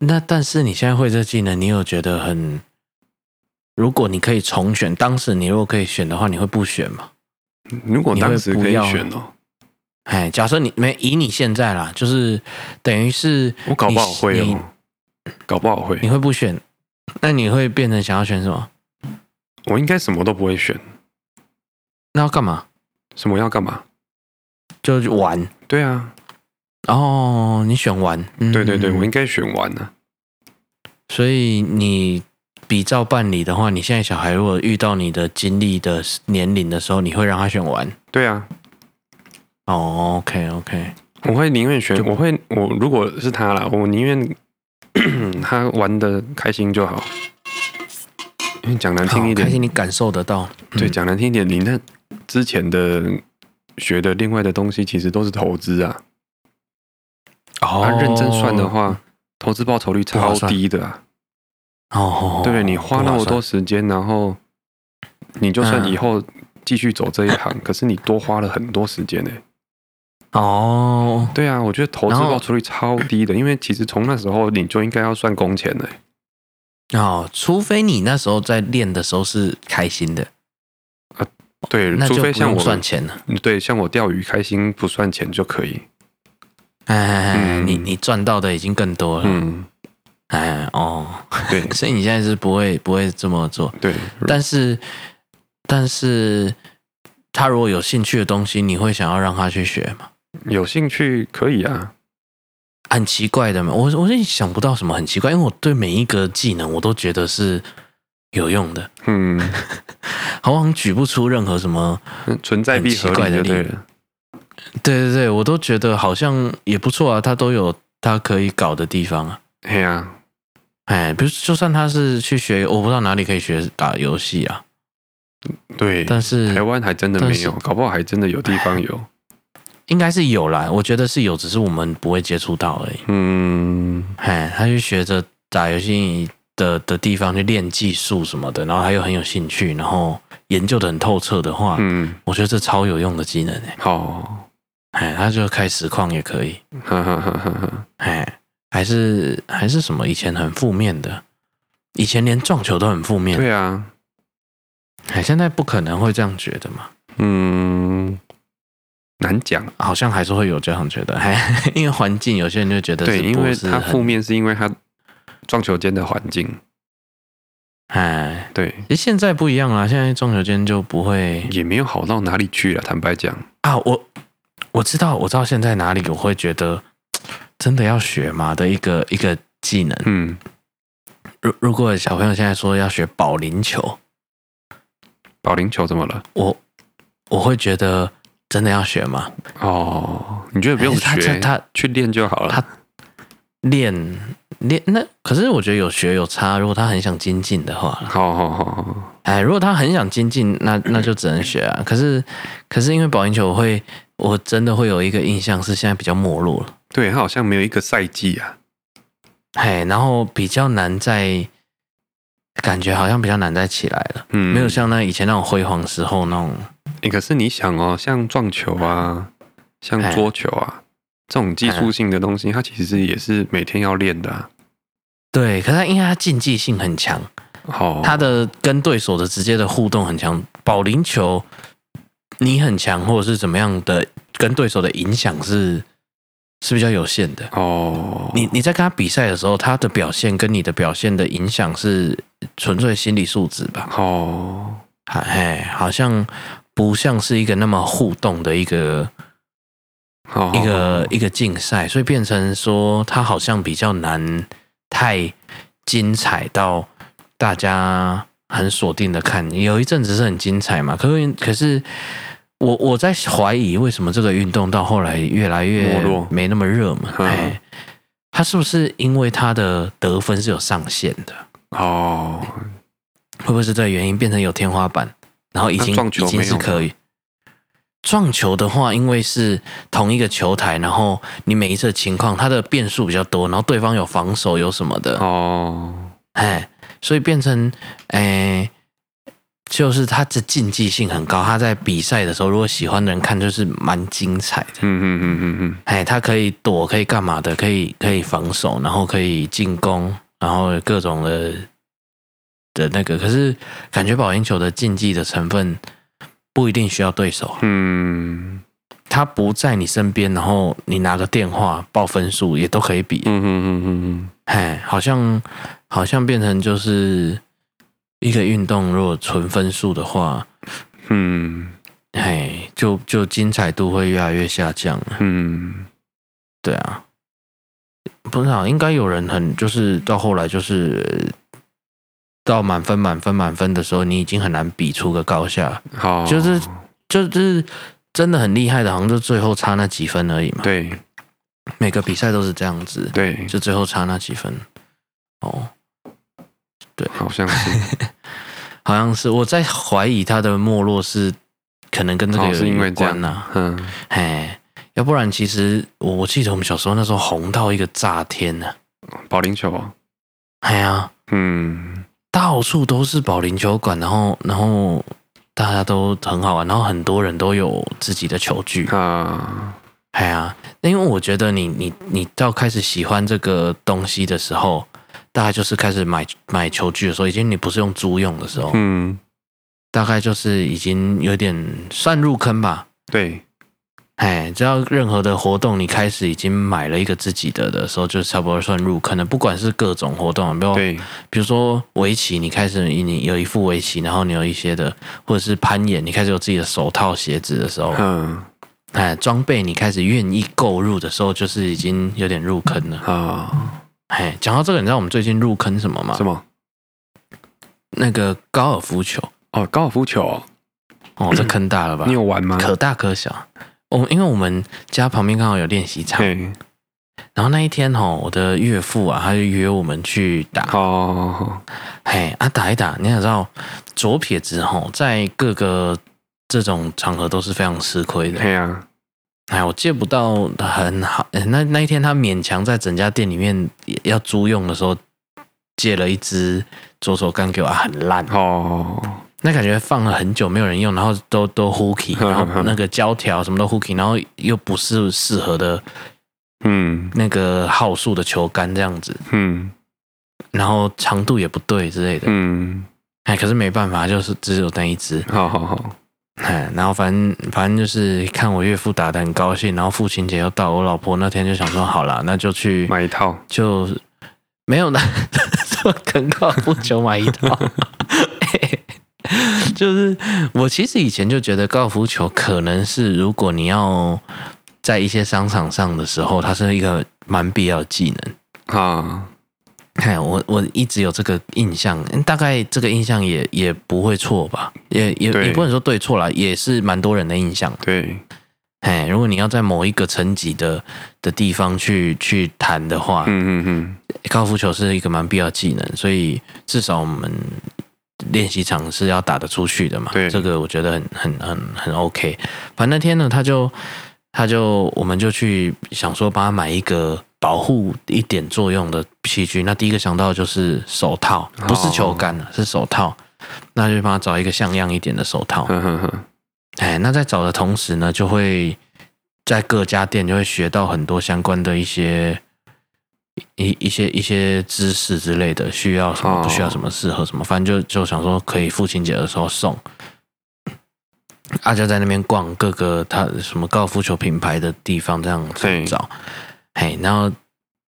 Speaker 2: 那但是你现在会这技能，你有觉得很？如果你可以重选，当时你如果可以选的话，你会不选吗？
Speaker 3: 如果
Speaker 2: 你会
Speaker 3: 当时可以
Speaker 2: 不要
Speaker 3: 选哦，
Speaker 2: 哎，假设你没以你现在啦，就是等于是
Speaker 3: 我搞不好会
Speaker 2: 你
Speaker 3: 哦，搞不好会
Speaker 2: 你，你，会不选？那你会变成想要选什么？
Speaker 3: 我应该什么都不会选，
Speaker 2: 那要干嘛？
Speaker 3: 什么要干嘛？
Speaker 2: 就玩
Speaker 3: 对啊，
Speaker 2: 哦，你选玩，嗯、
Speaker 3: 对对对，
Speaker 2: 嗯
Speaker 3: 我应该选完啊。
Speaker 2: 所以你比照办理的话，你现在小孩如果遇到你的经历的年龄的时候，你会让他选完。
Speaker 3: 对啊，
Speaker 2: 哦，OK OK，
Speaker 3: 我会宁愿选
Speaker 2: 就，
Speaker 3: 我会我如果是他啦，我宁愿 他玩的开心就好。因为讲难听一
Speaker 2: 好开
Speaker 3: 点，
Speaker 2: 心你嗯感受得到。
Speaker 3: 对，讲难听一点，你那之前的学的另外的东西，其实都是投资啊。
Speaker 2: 哦
Speaker 3: 他认真算的，话，投资报酬率超低的啊。
Speaker 2: 哦，
Speaker 3: 对不对？你花那么多时间，然后你就算
Speaker 2: 嗯
Speaker 3: 以后继续走这一行，可是你多花了很多时间呢、
Speaker 2: 哦，
Speaker 3: 对啊，我觉得投资
Speaker 2: 然后
Speaker 3: 报酬率超低的，因为其实从那时候你就应该要算工钱了、
Speaker 2: 哦，除非你那时候在练的时候是开心的，
Speaker 3: 对，
Speaker 2: 那
Speaker 3: 除
Speaker 2: 就不
Speaker 3: 非像
Speaker 2: 用
Speaker 3: 我
Speaker 2: 算钱了。
Speaker 3: 对，像我钓鱼开心不算钱就可以。
Speaker 2: 哎哎哎，
Speaker 3: 嗯
Speaker 2: 你你赚到的已经更多了。
Speaker 3: 嗯，
Speaker 2: 哎哦，
Speaker 3: 对
Speaker 2: 所以你现在是不会不会这么做，
Speaker 3: 对，
Speaker 2: 但是但是他如果有兴趣的东西，你会想要让他去学吗？
Speaker 3: 有兴趣可以啊。
Speaker 2: 很奇怪的嘛，我我是想不到什么很奇怪，因为我对每一个技能我都觉得是有用的，
Speaker 3: 嗯，
Speaker 2: 好像举不出任何什么。
Speaker 3: 存在必合
Speaker 2: 很奇怪
Speaker 3: 理就
Speaker 2: 的例
Speaker 3: 对了。
Speaker 2: 对对对，我都觉得好像也不错啊，他都有他可以搞的地方啊。
Speaker 3: 嘿呀、
Speaker 2: 哎，比如就算他是去学，我不知道哪里可以学打游戏啊，
Speaker 3: 对，
Speaker 2: 但是
Speaker 3: 台湾还真的
Speaker 2: 但
Speaker 3: 没
Speaker 2: 是啊
Speaker 3: 有，搞不好还真的有地方有。
Speaker 2: 应该是有啦，我觉得是有，只是我们不会接触到而已。
Speaker 3: 嗯，
Speaker 2: 哎，他去学着打游戏的的地方去练技术什么的，然后他又很有兴趣，然后研究的很透彻的话，
Speaker 3: 嗯，
Speaker 2: 我觉得这超有用的技能哎。
Speaker 3: 好，
Speaker 2: 哎，他就开实况也可以。
Speaker 3: 哈哈哈哈哈。
Speaker 2: 哎，还是还是什么以前很负面的，以前连撞球都很负面，
Speaker 3: 对啊，
Speaker 2: 哎，现在不可能会这样觉得嘛。
Speaker 3: 嗯，难讲。
Speaker 2: 好像还是会有这样觉得，还 因为环境，有些人就觉得
Speaker 3: 对，
Speaker 2: 是
Speaker 3: 因
Speaker 2: 不
Speaker 3: 为
Speaker 2: 是
Speaker 3: 它
Speaker 2: 很
Speaker 3: 负，面是因为它撞球间的环境。
Speaker 2: 哎，
Speaker 3: 对，
Speaker 2: 其实现在不一样啦，现在撞球间就不会
Speaker 3: 也没有好到哪里去了。坦白讲，
Speaker 2: 啊，我我知道，我知道现在哪里我会觉得真的要学嘛的一个一个技能。
Speaker 3: 嗯，
Speaker 2: 如如果小朋友现在说要学保龄球，
Speaker 3: 保龄球怎么了？
Speaker 2: 我我会觉得真的要学吗？
Speaker 3: 哦，你觉得不用
Speaker 2: 哎他
Speaker 3: 学，
Speaker 2: 他他
Speaker 3: 去练就好了
Speaker 2: 他。练练那可是我觉得有学有差，如果他很想精进的话，
Speaker 3: 好好好好，
Speaker 2: 哎，如果他很想精进，那那就只能学啊。可是，可是因为保龄球我会，我真的会有一个印象是现在比较没落了，
Speaker 3: 对他好像没有一个赛季啊。
Speaker 2: 哎，然后比较难再，感觉好像比较难再起来了，
Speaker 3: 嗯，
Speaker 2: 没有像那以前那种辉煌时候那种，
Speaker 3: 诶可是你想哦，像撞球啊，像
Speaker 2: 哎
Speaker 3: 桌球啊，这种技术性的东西，它其实也是每天要练的、啊。
Speaker 2: 对。可是他因为他竞技性很强，
Speaker 3: 好、
Speaker 2: 他的跟对手的直接的互动很强，保龄球你很强或者是怎么样的，跟对手的影响是是比较有限的。
Speaker 3: 哦，
Speaker 2: 你你在跟他比赛的时候，他的表现跟你的表现的影响是纯粹心理素质吧？
Speaker 3: 哦，
Speaker 2: 哎，好像不像是一个那么互动的一个
Speaker 3: 好
Speaker 2: 一个一个竞赛，所以变成说他好像比较难太精彩到大家很锁定的看。有一阵子是很精彩嘛，可是可是我我在怀疑为什么这个运动到后来越来越
Speaker 3: 没落
Speaker 2: 没那么热嘛？
Speaker 3: 嗯
Speaker 2: 哎，他是不是因为他的得分是有上限的？
Speaker 3: 哦，
Speaker 2: 会不会是这个原因变成有天花板，然后已
Speaker 3: 那
Speaker 2: 经
Speaker 3: 撞球
Speaker 2: 已经
Speaker 3: 没有
Speaker 2: 是
Speaker 3: 吗
Speaker 2: 可以？撞球的话，因为是同一个球台，然后你每一次的情况，它的变数比较多，然后对方有防守有什么的，
Speaker 3: 哦，
Speaker 2: 哎，所以变成哎，就是它的竞技性很高。它在比赛的时候，如果喜欢的人看，就是蛮精彩的。
Speaker 3: 嗯嗯嗯嗯嗯，
Speaker 2: 哎，它可以躲，可以干嘛的，可以可以防守，然后可以进攻，然后各种的的那个。可是感觉保龄球的竞技的成分不一定需要对手，啊
Speaker 3: 嗯
Speaker 2: 他不在你身边，然后你拿个电话报分数也都可以比。
Speaker 3: 嗯嗯嗯嗯
Speaker 2: 哎，好像好像变成就是一个运动，如果纯分数的话，
Speaker 3: 嗯嗯
Speaker 2: 哎，就就精彩度会越来越下降了。
Speaker 3: 嗯，
Speaker 2: 对啊，不是啊，应该有人很就是到后来就是呃到满分满分满分的时候，你已经很难比出个高下，
Speaker 3: 好，
Speaker 2: 就是就是真的很厉害的，好像就最后差那几分而已嘛。
Speaker 3: 对
Speaker 2: 每个比赛都是这样子，
Speaker 3: 对，
Speaker 2: 就最后差那几分。哦，
Speaker 3: 好像 是，
Speaker 2: 好像是我在怀疑它的没落是可能跟这个
Speaker 3: 哦，
Speaker 2: 有
Speaker 3: 是因为
Speaker 2: 有
Speaker 3: 这样
Speaker 2: 关呐、
Speaker 3: 嗯，
Speaker 2: 哎，要不然其实我我记得我们小时候那时候红到一个炸天呐、
Speaker 3: 保龄球哦，
Speaker 2: 哎呀，
Speaker 3: 嗯
Speaker 2: 到处都是保龄球馆，然后然后大家都很好玩，然后很多人都有自己的球具。
Speaker 3: 啊，
Speaker 2: 哎呀，那因为我觉得你你你到开始喜欢这个东西的时候，大概就是开始买买球具的时候，已经你不是用租用的时候，
Speaker 3: 嗯，
Speaker 2: 大概就是已经有点算入坑吧。
Speaker 3: 对，
Speaker 2: 哎，只要任何的活动，你开始已经买了一个自己的的时候，就差不多算入坑了。不管是各种活动，比如
Speaker 3: 对，
Speaker 2: 比如说围棋，你开始你你有一副围棋，然后你有一些的，或者是攀岩，你开始有自己的手套、鞋子的时候，
Speaker 3: 嗯
Speaker 2: 哎，装备你开始愿意购入的时候，就是已经有点入坑了。
Speaker 3: 啊，
Speaker 2: 哎，讲到这个，你知道我们最近入坑什么吗
Speaker 3: 什？么？
Speaker 2: 那个高尔夫球，
Speaker 3: 哦，高尔夫球哦，
Speaker 2: 哦，这坑大了吧
Speaker 3: 你？有玩吗？
Speaker 2: 可大可小。我、因为我们家旁边刚好有练习场，
Speaker 3: 对，
Speaker 2: 然后那一天吼，我的岳父啊，他就约我们去打，
Speaker 3: 哦，
Speaker 2: 嘿啊打一打。你想知道，左撇子吼在各个这种场合都是非常吃亏的。
Speaker 3: 对呀，
Speaker 2: 哎，我借不到很好，哎那那一天他勉强在整家店里面也要租用的时候，借了一支左手杆给我，啊、很烂，
Speaker 3: 哦，
Speaker 2: 那感觉放了很久没有人用，然后都都 hooky，然后那个胶条什么都 hooky，然后又不是适合的
Speaker 3: 嗯
Speaker 2: 那个号数的球杆这样子。
Speaker 3: 嗯
Speaker 2: 然后长度也不对之类的，
Speaker 3: 嗯，
Speaker 2: 哎，可是没办法，就是只有那一只，
Speaker 3: 好好好，
Speaker 2: 哎，然后反正反正就是看我岳父打的很高兴，然后父亲节又到，我老婆那天就想说，好啦，那就去
Speaker 3: 买一套，
Speaker 2: 就没有呢，这么坑高尔夫球买一套， 就是我其实以前就觉得高尔夫球可能是如果你要在一些商场上的时候，它是一个蛮必要的技能。
Speaker 3: 啊，
Speaker 2: 哎，我我一直有这个印象，嗯大概这个印象也也不会错吧，也也
Speaker 3: 对
Speaker 2: 也不能说对错啦，也是蛮多人的印象。
Speaker 3: 对，
Speaker 2: 哎，如果你要在某一个层级的的地方去去谈的话，
Speaker 3: 嗯嗯嗯，
Speaker 2: 高尔夫球是一个蛮必要技能，所以至少我们练习场是要打得出去的嘛。
Speaker 3: 对
Speaker 2: 这个我觉得很很很很 OK。反正那天呢，他就他就我们就去想说帮他买一个保护一点作用的器具。那第一个想到的就是手套，不
Speaker 3: 哦
Speaker 2: 是球杆啊，是手套。那就帮他找一个像样一点的手套。
Speaker 3: 呵呵呵，
Speaker 2: 哎，那在找的同时呢，就会在各家店就会学到很多相关的一些一一些一些知识之类的，需要什么
Speaker 3: 哦
Speaker 2: 不需要什么适合什么，反正就就想说可以父亲节的时候送。阿娇在那边逛各个他什么高尔夫球品牌的地方，这样
Speaker 3: 对
Speaker 2: 子找，嘿，然后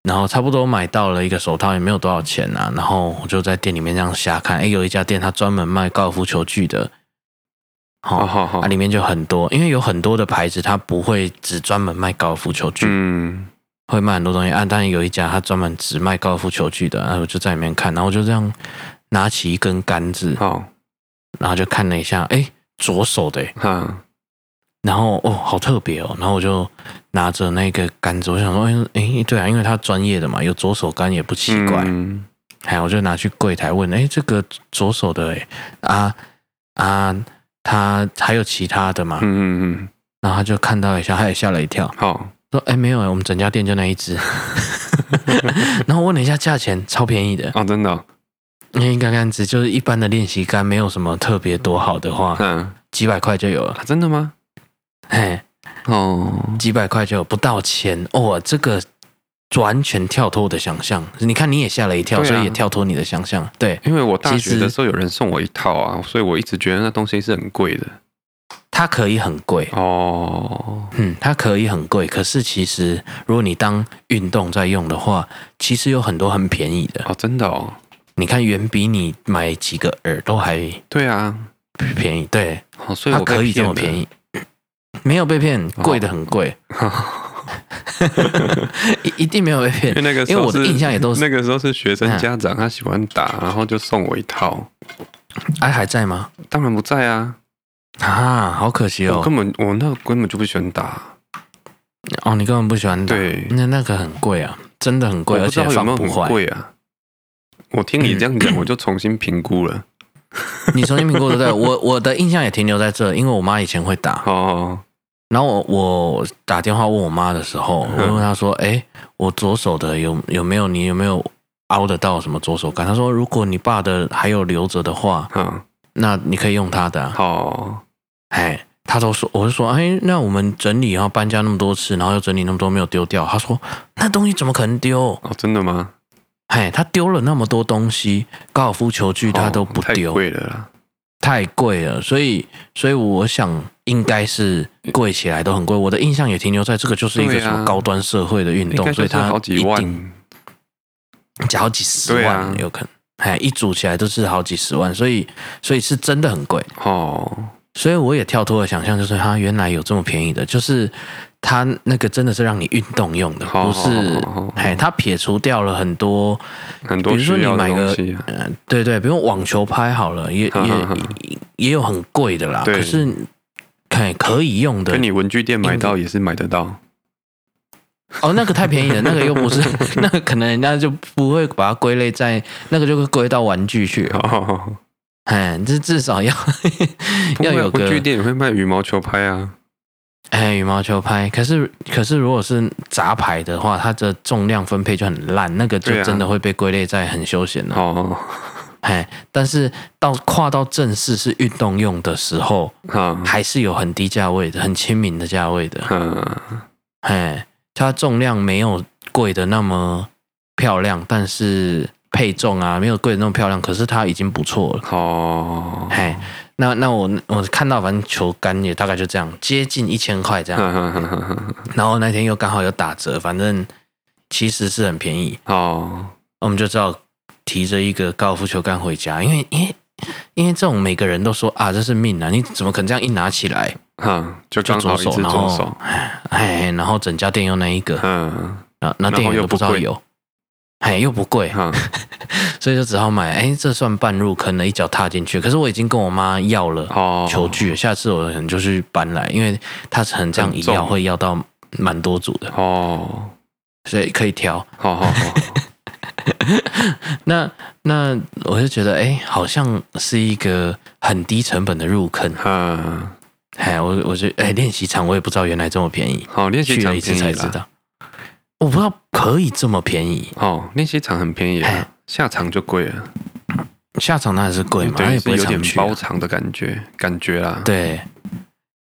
Speaker 2: 然后差不多买到了一个手套，也没有多少钱啊。然后我就在店里面这样瞎看，哎，有一家店它专门卖高尔夫球具的，好、
Speaker 3: 好好好
Speaker 2: 啊，，里面就很多，因为有很多的牌子，它不会只专门卖高尔夫球具，
Speaker 3: 嗯，
Speaker 2: 会卖很多东西啊。当然有一家它专门只卖高尔夫球具的，然后我就在里面看，然后我就这样拿起一根杆子，
Speaker 3: 好，
Speaker 2: 然后就看了一下，哎，左手的，诶
Speaker 3: 哈，
Speaker 2: 然后哦，好特别哦，然后我就拿着那个杆子，我想说，哎哎，对啊，因为他专业的嘛，有左手杆也不奇怪。
Speaker 3: 嗯
Speaker 2: 哎，我就拿去柜台问，哎，这个左啊手的，哎啊啊，他还有其他的吗？
Speaker 3: 嗯嗯，
Speaker 2: 然后他就看到一下，他也吓了一跳，
Speaker 3: 好，
Speaker 2: 说：“哎、没有、我们整家店就那一只。” 然后问了一下价钱，超便宜的，
Speaker 3: 哦，真的哦、
Speaker 2: 因为干杆子就是一般的练习杆，没有什么特别多好的话，
Speaker 3: 嗯
Speaker 2: 几百块就有了，
Speaker 3: 啊，真的吗？
Speaker 2: 嘿，
Speaker 3: 哦，
Speaker 2: 几百块就有，不到千哦，这个完全跳脱我的想象。你看你也吓了一跳，
Speaker 3: 对啊
Speaker 2: 所以也跳脱你的想象。对，
Speaker 3: 因为我大
Speaker 2: 其
Speaker 3: 学的
Speaker 2: 实
Speaker 3: 时候有人送我一套啊，所以我一直觉得那东西是很贵的。
Speaker 2: 它可以很贵，
Speaker 3: 哦，
Speaker 2: 嗯，它可以很贵，可是其实如果你当运动在用的话，其实有很多很便宜的。
Speaker 3: 哦，真的哦，
Speaker 2: 你看，远比你买几个耳都还
Speaker 3: 对啊，
Speaker 2: 便宜。对，
Speaker 3: 哦，所以
Speaker 2: 它
Speaker 3: 我被
Speaker 2: 可以这
Speaker 3: 骗
Speaker 2: 么
Speaker 3: 了
Speaker 2: 便。宜，没有被骗，
Speaker 3: 哦
Speaker 2: 贵的很 贵，一一定没有 被
Speaker 3: 因为
Speaker 2: 骗。
Speaker 3: 那个时
Speaker 2: 因为
Speaker 3: 候
Speaker 2: 我的
Speaker 3: 是
Speaker 2: 印象也都是，
Speaker 3: 那个时候是学生
Speaker 2: 嗯
Speaker 3: 家长，他喜欢打，然后就送我一套。
Speaker 2: 哎，还在吗？
Speaker 3: 当然不在啊，
Speaker 2: 啊，好可惜
Speaker 3: 我
Speaker 2: 哦。
Speaker 3: 根本我那根本就不喜欢打。
Speaker 2: 哦，你根本不喜欢打，
Speaker 3: 对，
Speaker 2: 那那个很贵啊，真的很贵，
Speaker 3: 我
Speaker 2: 而
Speaker 3: 不知
Speaker 2: 且
Speaker 3: 道有
Speaker 2: 放
Speaker 3: 没有
Speaker 2: 不
Speaker 3: 很
Speaker 2: 坏。嗯
Speaker 3: 贵啊。我听你这样讲，我就重新评估了。
Speaker 2: 你重新评估对 不对？我我的印象也停留在这，因为我妈以前会打，
Speaker 3: 哦，
Speaker 2: 然后我我打电话问我妈的时候，我
Speaker 3: 嗯
Speaker 2: 问她说：“哎、我左手的有有没有你有没有凹得到什么左手感？”她说：“如果你爸的还有留着的话，
Speaker 3: 嗯，
Speaker 2: 那你可以用他的、啊。
Speaker 3: 好，”
Speaker 2: 哎，她都说，我就说：“哎，那我们整理，然后搬家那么多次，然后又整理那么多没有丢掉。”她说：“那东西怎么可能丢？
Speaker 3: 哦，真的吗？
Speaker 2: 哎，他丢了那么多东西，高尔夫球具他
Speaker 3: 哦
Speaker 2: 都不
Speaker 3: 太
Speaker 2: 丢。
Speaker 3: 贵了啦。
Speaker 2: 太贵了，所以所以我想应该是贵起来都很贵。我的印象也停留在这个就是一个
Speaker 3: 对啊
Speaker 2: 什么高端社会的运
Speaker 3: 应
Speaker 2: 动，
Speaker 3: 该
Speaker 2: 所
Speaker 3: 就
Speaker 2: 以
Speaker 3: 是
Speaker 2: 它
Speaker 3: 好几
Speaker 2: 一定
Speaker 3: 万。
Speaker 2: 加好几十
Speaker 3: 对
Speaker 2: 万、
Speaker 3: 啊
Speaker 2: 有可能。哎，一组起来都是好几十万，所以所以是真的很贵。
Speaker 3: 哦，
Speaker 2: 所以我也跳脱了想象，就是它原来有这么便宜的，就是它那个真的是让你运动用的，
Speaker 3: 好
Speaker 2: 不
Speaker 3: 好
Speaker 2: 是
Speaker 3: 好好好。
Speaker 2: 哎，它撇除掉了很多
Speaker 3: 很多
Speaker 2: 比如说
Speaker 3: 需要
Speaker 2: 你
Speaker 3: 的
Speaker 2: 买
Speaker 3: 东
Speaker 2: 个
Speaker 3: 西啊。
Speaker 2: 嗯，对对，比如网球拍好了， 也
Speaker 3: 哈哈哈
Speaker 2: 也也有很贵的啦，
Speaker 3: 对
Speaker 2: 可是可可以用的
Speaker 3: 跟你文具店买到也是买得到。
Speaker 2: 哦，那个太便 宜了，那个又不是，那个可能人家就不会把它归类在那个，就会归到玩具去了。
Speaker 3: 哦，
Speaker 2: 哎，这至少要
Speaker 3: 不
Speaker 2: 要
Speaker 3: 会啊
Speaker 2: 有
Speaker 3: 文具
Speaker 2: 个
Speaker 3: 店也会卖羽毛球拍啊。
Speaker 2: 哎羽毛球拍，可是可是如果是杂牌的话，它的重量分配就很烂，那个就
Speaker 3: 对啊
Speaker 2: 真的会被归类在很休闲了。
Speaker 3: 哦，
Speaker 2: 哎，但是到跨到正式是运动用的时候，
Speaker 3: 啊，
Speaker 2: 还是有很低价位的，很亲民的价位的。
Speaker 3: 嗯，
Speaker 2: 哎，它重量没有贵的那么漂亮，但是配重啊没有贵的那么漂亮，可是它已经不错了。
Speaker 3: 哦，
Speaker 2: 哎，那那我我看到反正球杆也大概就这样，接近一千块这样。
Speaker 3: 哈哈哈哈
Speaker 2: 然后那天又刚好有打折，反正其实是很便宜，
Speaker 3: 哦，
Speaker 2: 我们就只好提着一个高尔夫球杆回家，因为因为因为这种每个人都说啊这是命啊，你怎么可能这样一拿起来
Speaker 3: 哈，就
Speaker 2: 就
Speaker 3: 刚好
Speaker 2: 左
Speaker 3: 一只
Speaker 2: 手，然
Speaker 3: 左
Speaker 2: 后
Speaker 3: 手，
Speaker 2: 哎，然后整家店又那一 个，
Speaker 3: 嗯，
Speaker 2: 啊，
Speaker 3: 然
Speaker 2: 那
Speaker 3: 后
Speaker 2: 店员
Speaker 3: 又
Speaker 2: 都不
Speaker 3: 不
Speaker 2: 知道
Speaker 3: 贵嗯
Speaker 2: 有，哎，又不贵，
Speaker 3: 哈，
Speaker 2: 所以就只好买。哎，这算半入坑了，一脚踏进去。可是我已经跟我妈要了
Speaker 3: 哦，
Speaker 2: 球具，下次我可能就去搬来，因为她可能这样一
Speaker 3: 很
Speaker 2: 要
Speaker 3: 重
Speaker 2: 会要到蛮多组的，
Speaker 3: 哦，
Speaker 2: 所以可以挑。
Speaker 3: 好好好，
Speaker 2: 那那我就觉得，哎，好像是一个很低成本的入坑。
Speaker 3: 哈，
Speaker 2: 哎，我我觉得，哎，练习场我也不知道原来这么便宜，
Speaker 3: 好，练习
Speaker 2: 去
Speaker 3: 场
Speaker 2: 了一次
Speaker 3: 便
Speaker 2: 才
Speaker 3: 宜
Speaker 2: 知
Speaker 3: 啦，
Speaker 2: 道，我不知道可以这么便宜。
Speaker 3: 哦，练习场很便宜
Speaker 2: 哎
Speaker 3: 啊，下场就贵了，
Speaker 2: 下场当然是贵嘛，
Speaker 3: 等
Speaker 2: 她
Speaker 3: 于
Speaker 2: 也不
Speaker 3: 是嗯有
Speaker 2: 会常
Speaker 3: 点
Speaker 2: 去啊、
Speaker 3: 包场的感觉，感觉啦，
Speaker 2: 对，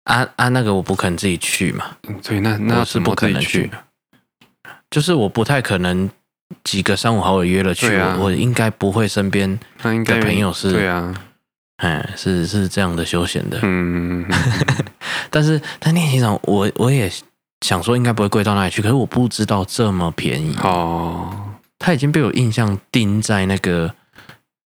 Speaker 2: 啊啊，那个我不可能自己去嘛，
Speaker 3: 所以那那
Speaker 2: 我
Speaker 3: 要
Speaker 2: 是
Speaker 3: 怎
Speaker 2: 不
Speaker 3: 么
Speaker 2: 可
Speaker 3: 自己
Speaker 2: 能
Speaker 3: 去？
Speaker 2: 的，就是我不太可能几个三五好友约了去，
Speaker 3: 对啊
Speaker 2: 我我应该不会身边，
Speaker 3: 那应该
Speaker 2: 的朋友是
Speaker 3: 对啊，
Speaker 2: 哎，是是这样的休闲的。
Speaker 3: 嗯，
Speaker 2: 但是但练习场，我我也想说应该不会贵到哪里去，可是我不知道这么便宜，
Speaker 3: 哦，
Speaker 2: 它已经被我印象定在那个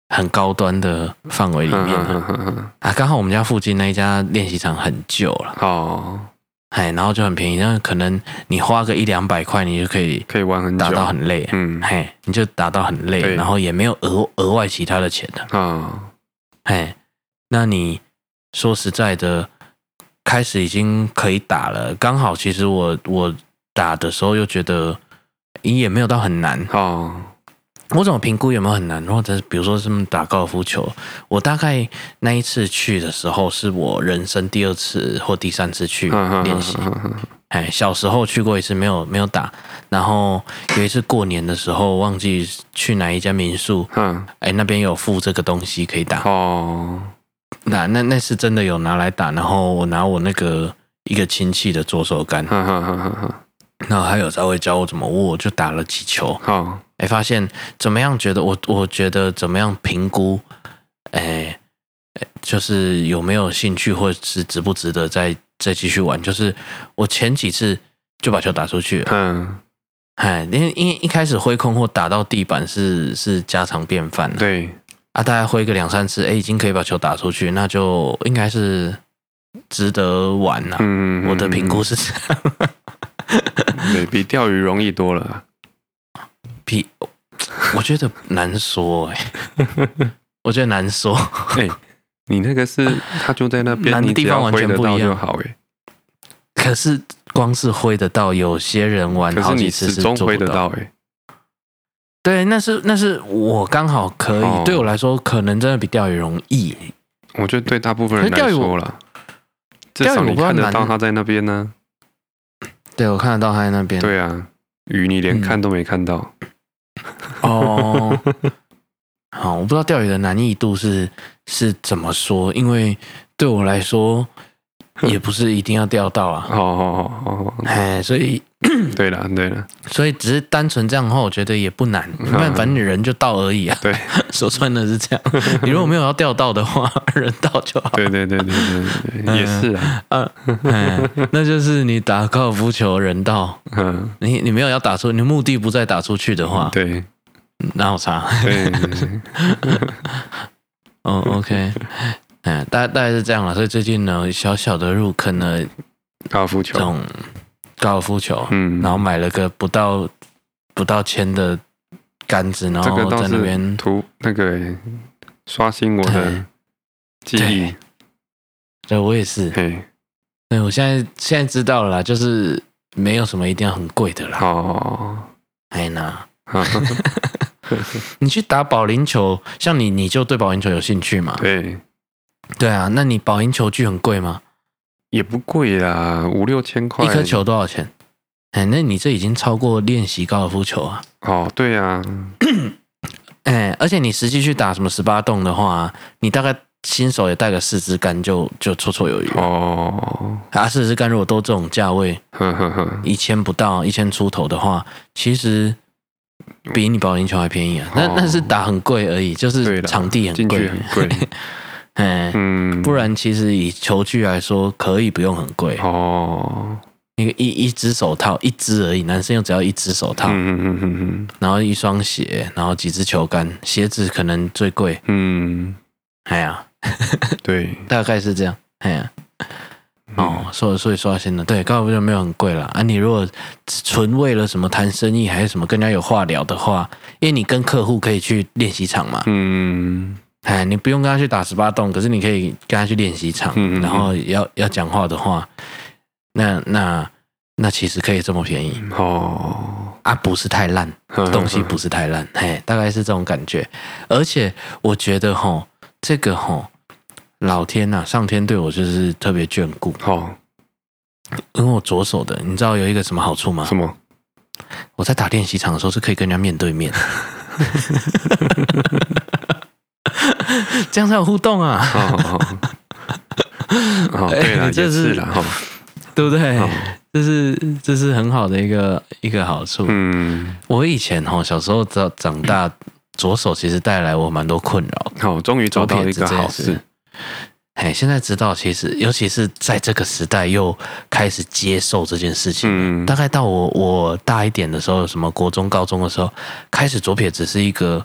Speaker 2: 很高端的范围里面了
Speaker 3: 嗯，
Speaker 2: 啊。刚好我们家附近那一家练习场很旧了。
Speaker 3: 好，
Speaker 2: 哎，然后就很便宜，那可能你花个一两百块，你就可以
Speaker 3: 可以玩很久
Speaker 2: 打，到很累，
Speaker 3: 嗯，
Speaker 2: 嘿，你就打到很累，
Speaker 3: 对
Speaker 2: 然后也没有额额外其他的钱的，
Speaker 3: 啊，
Speaker 2: 嘿，那你说实在的，开始已经可以打了，刚好其实我我打的时候又觉得也没有到很难，
Speaker 3: 好，
Speaker 2: 我怎么评估有没有很难？或者是比如说什么打高尔夫球，我大概那一次去的时候，是我人生第二次或第三次去练习。哎，小时候去过一次，没有没有打。然后有一次过年的时候，忘记去哪一家民宿，
Speaker 3: 嗯，
Speaker 2: 哎，那边有附这个东西可以打。
Speaker 3: 哦，
Speaker 2: 那那那是真的有拿来打。然后我拿我那个一个亲戚的左手杆，
Speaker 3: 哈哈哈哈，
Speaker 2: 然后还有稍微教我怎么握，我就打了几球。
Speaker 3: 好，
Speaker 2: 哎，发现怎么样？觉得我，我觉得怎么样评估？哎，哎就是有没有兴趣，或者是值不值得再再继续玩？就是我前几次就把球打出去了，
Speaker 3: 嗯，
Speaker 2: 哎，因为因为一开始挥空或打到地板是是家常便饭了
Speaker 3: 对，
Speaker 2: 啊，大概挥个两三次，哎，已经可以把球打出去，那就应该是值得玩了、
Speaker 3: 嗯，
Speaker 2: 我的评估是这样，
Speaker 3: 对比钓鱼容易多了啊，
Speaker 2: 比我觉得难说哎、 我觉得难说。
Speaker 3: 哎，你那个是它就在那边，
Speaker 2: 难
Speaker 3: 你
Speaker 2: 的
Speaker 3: 只
Speaker 2: 地方
Speaker 3: 要
Speaker 2: 完
Speaker 3: 挥
Speaker 2: 全
Speaker 3: 得
Speaker 2: 不一
Speaker 3: 到
Speaker 2: 样
Speaker 3: 就好，哎，
Speaker 2: 可是光是挥得到，有些人玩
Speaker 3: 可
Speaker 2: 好
Speaker 3: 是
Speaker 2: 几
Speaker 3: 你
Speaker 2: 次
Speaker 3: 始
Speaker 2: 是
Speaker 3: 终
Speaker 2: 做
Speaker 3: 挥
Speaker 2: 不
Speaker 3: 得
Speaker 2: 到。
Speaker 3: 到，哎，
Speaker 2: 对，那是那是我刚好可以，
Speaker 3: 哦
Speaker 2: 对我来说可能真的比钓鱼容易。
Speaker 3: 我觉得对大部分人
Speaker 2: 可
Speaker 3: 来
Speaker 2: 是钓鱼
Speaker 3: 说
Speaker 2: 我
Speaker 3: 啦，至
Speaker 2: 钓鱼
Speaker 3: 少
Speaker 2: 我
Speaker 3: 你
Speaker 2: 不知道
Speaker 3: 看得
Speaker 2: 难
Speaker 3: 到它在那边呢，
Speaker 2: 对我看得到他在那边。
Speaker 3: 对啊，鱼你连
Speaker 2: 嗯
Speaker 3: 看都没看到，
Speaker 2: 哦，好，我不知道钓鱼的难易度是是怎么说，因为对我来说也不是一定要钓到
Speaker 3: 哦
Speaker 2: 啊。
Speaker 3: 哦哦哦，
Speaker 2: 哎，所以
Speaker 3: 对了对了，
Speaker 2: 所以只是单纯这样的话，我觉得也不难，因为反正你人就到而已啊。
Speaker 3: 嗯对
Speaker 2: 说穿了是 这样，你如果没有要钓到的话，人到就好。
Speaker 3: 对对对对对对对，也是啊，
Speaker 2: 哎，那就是你打高尔夫球人道，
Speaker 3: 嗯，
Speaker 2: 你你没有要打出，你目的不在打出去的话，
Speaker 3: 对
Speaker 2: 哪有差？
Speaker 3: 对对对
Speaker 2: 哦，OK，嗯， 大大概是这样了。所以最近呢，小小的入坑了
Speaker 3: 高尔夫球
Speaker 2: 这，种高尔夫球，
Speaker 3: 嗯，
Speaker 2: 然后买了个不到不到千的杆子，然
Speaker 3: 这个
Speaker 2: 后
Speaker 3: 倒
Speaker 2: 在那边哎
Speaker 3: 是图那个刷新我的记忆，
Speaker 2: 对我也是，
Speaker 3: 嘿，
Speaker 2: 对我现在现在知道了啦，就是没有什么一定要很贵的啦。
Speaker 3: 好，
Speaker 2: 哎那，
Speaker 3: 哈哈
Speaker 2: 你去打保龄球，像你你就对保龄球有兴趣嘛？
Speaker 3: 对，
Speaker 2: 对啊，那你保龄球具很贵吗？
Speaker 3: 也不贵啦，五六千块
Speaker 2: 一颗球多少钱？哎，那你这已经超过练习高尔夫球啊！
Speaker 3: 哦，对啊，
Speaker 2: 哎，而且你实际去打什么十八洞的话，你大概新手也带个四支杆就就绰绰有余了。
Speaker 3: 哦，
Speaker 2: 啊，四支杆如果都这种价位，
Speaker 3: 呵呵呵，
Speaker 2: 一千不到一千出头的话，其实比你保龄球还便宜啊。那
Speaker 3: 哦
Speaker 2: 那是打很贵而已，就
Speaker 3: 对
Speaker 2: 是
Speaker 3: 啦
Speaker 2: 场地很
Speaker 3: 进去
Speaker 2: 贵
Speaker 3: 很，贵，
Speaker 2: 哎，
Speaker 3: 嗯，
Speaker 2: 不然其实以球具来说，可以不用很贵，
Speaker 3: 哦，
Speaker 2: 一个一一只手套，一只而已，男生又只要一只手套，
Speaker 3: 嗯嗯嗯嗯
Speaker 2: 然后一双鞋，然后几只球杆，鞋子可能最贵，
Speaker 3: 嗯，
Speaker 2: 哎呀、
Speaker 3: 嗯对，
Speaker 2: 大概是这样，哎呀、
Speaker 3: 哦，
Speaker 2: 哦，所以所以刷新了，对，高尔夫球没有很贵啦。啊，你如果纯为了什么谈生意还是什么跟人家有话聊的话，因为你跟客户可以去练习场嘛，
Speaker 3: 嗯，
Speaker 2: 哎，你不用跟他去打十八洞，可是你可以跟他去练习场，
Speaker 3: 嗯嗯嗯
Speaker 2: 然后要要讲话的话，那那那其实可以这么
Speaker 3: 嗯
Speaker 2: 便宜
Speaker 3: 哦，
Speaker 2: 啊，不是太烂，
Speaker 3: 呵呵
Speaker 2: 东西不是太烂，嘿，大概是这种感觉。而且我觉得吼，这个吼，老天呐、上天对我就是特别眷顾，
Speaker 3: 哦，
Speaker 2: 因为我左手的，你知道有一个什么好处吗
Speaker 3: 什？么？
Speaker 2: 我在打练习场的时候是可以跟人家面对面， 这样才有互动啊，
Speaker 3: 哦，哦，对了，
Speaker 2: 哎这
Speaker 3: 也
Speaker 2: 是
Speaker 3: 是了哈，
Speaker 2: 对不对
Speaker 3: 哦？
Speaker 2: 这是这是很好的一个一个好处。
Speaker 3: 嗯，
Speaker 2: 我以前吼小时候长长大，左手其实带来我蛮多困扰的。
Speaker 3: 好，终于找到一个好事，。
Speaker 2: 哎，现在知道，其实尤其是在这个时代，又开始接受这件事情。
Speaker 3: 嗯
Speaker 2: 大，概到我我大一点的时候，什么国中、高中的时候，开始左撇子是一个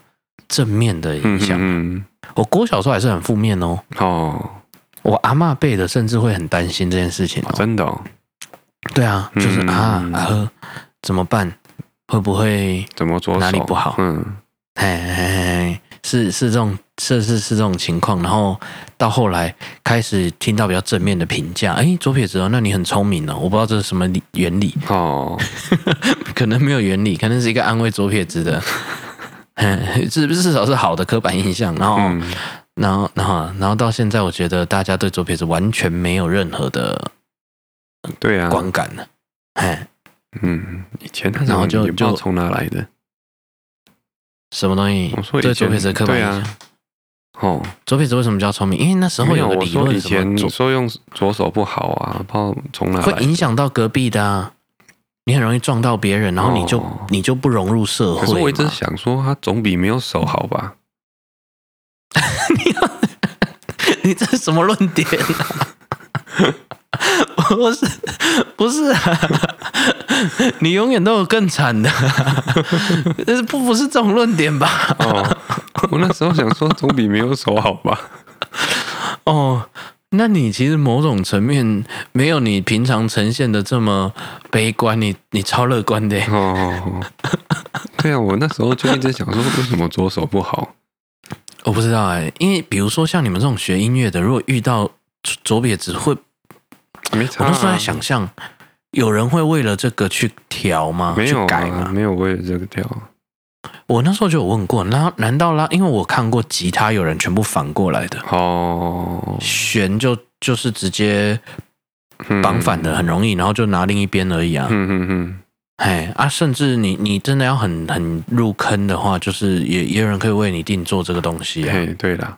Speaker 2: 正面的影响。
Speaker 3: 嗯，
Speaker 2: 我国小时候还是很负面哦，
Speaker 3: 哦，
Speaker 2: 我阿嬷辈的甚至会很担心这件事情、
Speaker 3: 哦
Speaker 2: 哦。
Speaker 3: 真的哦，
Speaker 2: 对啊，就是、
Speaker 3: 嗯
Speaker 2: 啊啊呵，怎么办？会不会？
Speaker 3: 怎么左手
Speaker 2: 哪里不好
Speaker 3: 嗯，
Speaker 2: 哎哎哎，是是这种，是是是这种情况。然后到后来开始听到比较正面的评价，哎，左撇子哦，那你很聪明哦。我不知道这是什么理原理，
Speaker 3: 哦，
Speaker 2: 可能没有原理，可能是一个安慰左撇子的。 至至少是好的刻板印象。然后，
Speaker 3: 嗯，
Speaker 2: 然后，然后，然后到现在，我觉得大家对左撇子完全没有任何的
Speaker 3: 对啊，
Speaker 2: 观感了。哎，
Speaker 3: 嗯，以前那
Speaker 2: 然后
Speaker 3: 种
Speaker 2: 就
Speaker 3: 也不知道
Speaker 2: 就
Speaker 3: 从哪来的
Speaker 2: 什么东西
Speaker 3: 我说？以
Speaker 2: 对左
Speaker 3: 前
Speaker 2: 撇子的刻板印
Speaker 3: 对啊
Speaker 2: 象。
Speaker 3: 哦。
Speaker 2: 左撇子为什么叫聪明？因为那时候
Speaker 3: 没
Speaker 2: 有
Speaker 3: 有，
Speaker 2: 个
Speaker 3: 我
Speaker 2: 理
Speaker 3: 说
Speaker 2: 论，
Speaker 3: 以
Speaker 2: 什么
Speaker 3: 前
Speaker 2: 左
Speaker 3: 说用左手不好啊，不知道从哪来
Speaker 2: 会
Speaker 3: 的。
Speaker 2: 影响到隔壁的、啊，你很容易撞到别人，然后你就、
Speaker 3: 哦
Speaker 2: 你就不融入社
Speaker 3: 可是我
Speaker 2: 会
Speaker 3: 一直
Speaker 2: 嘛。
Speaker 3: 想说，他总比没有手好吧？
Speaker 2: 你这是什么论点、 啊？不是不是啊， 你永远都有更惨的、 啊，这是不不是这种论点吧？
Speaker 3: 哦，我那时候想说，总比没有手好吧？
Speaker 2: 哦，那你其实某种层面没有你平常呈现的这么悲观，你你超乐观的耶、
Speaker 3: 哦，对啊，我那时候就一直想说，为什么左手不好？
Speaker 2: 我不知道哎、因为比如说像你们这种学音乐的，如果遇到左左撇子会
Speaker 3: 没差、
Speaker 2: 我
Speaker 3: 啊。
Speaker 2: 都是在想象，有人会为了这个去调吗？
Speaker 3: 没有
Speaker 2: 去改
Speaker 3: 啊，
Speaker 2: 吗？
Speaker 3: 没有为了这个跳。
Speaker 2: 我那时候就有问过，那难道拉？因为我看过吉他有人全部反过来的，
Speaker 3: 哦，
Speaker 2: 弦就就是直接
Speaker 3: 嗯
Speaker 2: 绑反的，很容易，然后就拿另一边而已啊。
Speaker 3: 嗯嗯嗯，
Speaker 2: 哎啊，甚至你你真的要很很入坑的话，就是也也有人可以为你定做这个东西啊。
Speaker 3: 嗯嘿，对啦，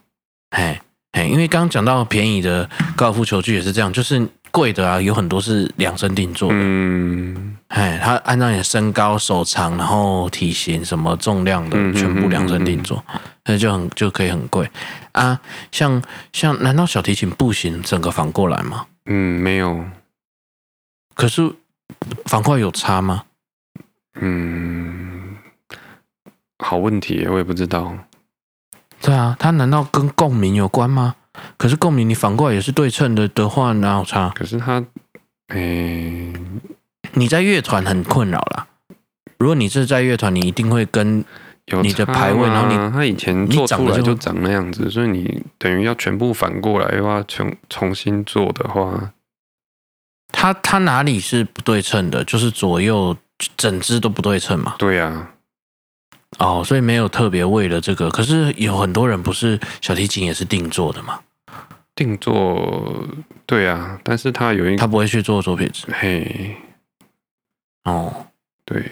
Speaker 2: 哎哎，因为刚刚讲到便宜的高尔夫球具也是这样，就是贵的啊，有很多是量身定做的。
Speaker 3: 嗯，
Speaker 2: 哎，他按照你的身高、手长，然后体型、什么重量的，
Speaker 3: 嗯
Speaker 2: 全部量身定做，那就很就可以很贵啊。像像，难道小提琴不行，整个反过来吗？
Speaker 3: 嗯，没有，
Speaker 2: 可是反过来有差吗？
Speaker 3: 嗯，好问题，我也不知道。
Speaker 2: 对啊，它难道跟共鸣有关吗？可是共鸣你反过来也是对称的的话，哪有差？
Speaker 3: 可是他，诶、
Speaker 2: 你在乐团很困扰啦。如果你是在乐团，你一定会跟
Speaker 3: 有
Speaker 2: 你的
Speaker 3: 差
Speaker 2: 排位然后你
Speaker 3: 吗他以前
Speaker 2: 你
Speaker 3: 做
Speaker 2: 长
Speaker 3: 出
Speaker 2: 得
Speaker 3: 来
Speaker 2: 就
Speaker 3: 就长那样子，所以你等于要全部反过来的话，重重新做的话，
Speaker 2: 他，他哪里是不对称的？就是左右整只都不对称嘛。
Speaker 3: 对啊，
Speaker 2: 哦，所以没有特别为了这个，可是有很多人不是小提琴也是定做的嘛，
Speaker 3: 定做，对啊，但是他有一
Speaker 2: 他
Speaker 3: 个，
Speaker 2: 不会去做左撇子。
Speaker 3: 嘿，
Speaker 2: 哦，
Speaker 3: 对，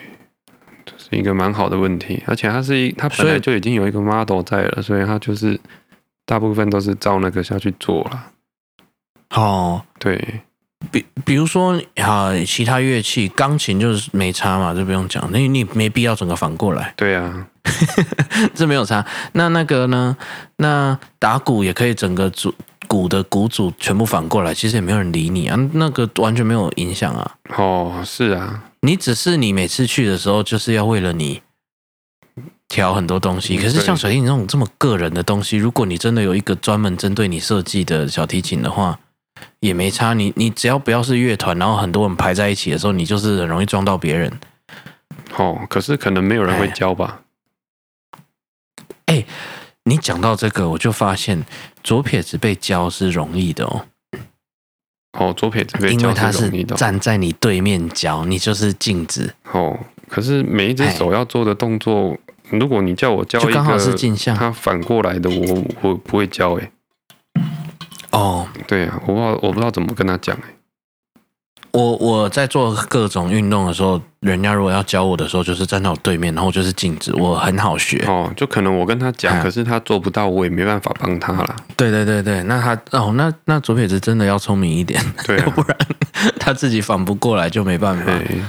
Speaker 3: 这是一个蛮好的问题，而且他是一，他本
Speaker 2: 所
Speaker 3: 来
Speaker 2: 以
Speaker 3: 就已经有一个 model 在了，所以他就是大部分都是照那个下去做了，
Speaker 2: 哦，
Speaker 3: 对，
Speaker 2: 比比如说啊、其他乐器，钢琴就是没差嘛，这不用讲，那你没必要整个反过来，
Speaker 3: 对啊，
Speaker 2: 这没有差。那那个呢？那打鼓也可以整个组鼓的鼓组全部反过来，其实也没有人理你啊，那个完全没有影响啊。
Speaker 3: 哦，是啊，
Speaker 2: 你只是你每次去的时候，就是要为了你调很多东
Speaker 3: 嗯
Speaker 2: 西。可是像小提琴这种这么个人的东西，如果你真的有一个专门针对你设计的小提琴的话，也没差。你你只要不要是乐团，然后很多人排在一起的时候，你就是很容易撞到别人。
Speaker 3: 哦，可是可能没有人会
Speaker 2: 哎
Speaker 3: 教吧，
Speaker 2: 你讲到这个，我就发现左撇子被教是容易的哦，
Speaker 3: 哦，左撇子被
Speaker 2: 因为
Speaker 3: 教
Speaker 2: 他
Speaker 3: 是
Speaker 2: 是
Speaker 3: 容易的哦，
Speaker 2: 站在你对面教，你就是镜子，
Speaker 3: 哦，可是每一只手要做的动作，如果你叫我教
Speaker 2: 就
Speaker 3: 一
Speaker 2: 刚好是
Speaker 3: 个
Speaker 2: 镜像
Speaker 3: 它反过来的，我我不会教诶、
Speaker 2: 哦。
Speaker 3: 对啊，我不知道我不知道怎么跟他讲诶、欸
Speaker 2: 我我在做各种运动的时候，人家如果要教我的时候，就是站到我对面，然后我就是静止，我很好学。
Speaker 3: 哦，就可能我跟他讲，
Speaker 2: 哎
Speaker 3: 可是他做不到，我也没办法帮他啦。
Speaker 2: 对对对对，那他哦，那那左撇子真的要聪明一点，
Speaker 3: 对
Speaker 2: 要
Speaker 3: 啊哎
Speaker 2: 不，然他自己反不过来就没办法。
Speaker 3: 对，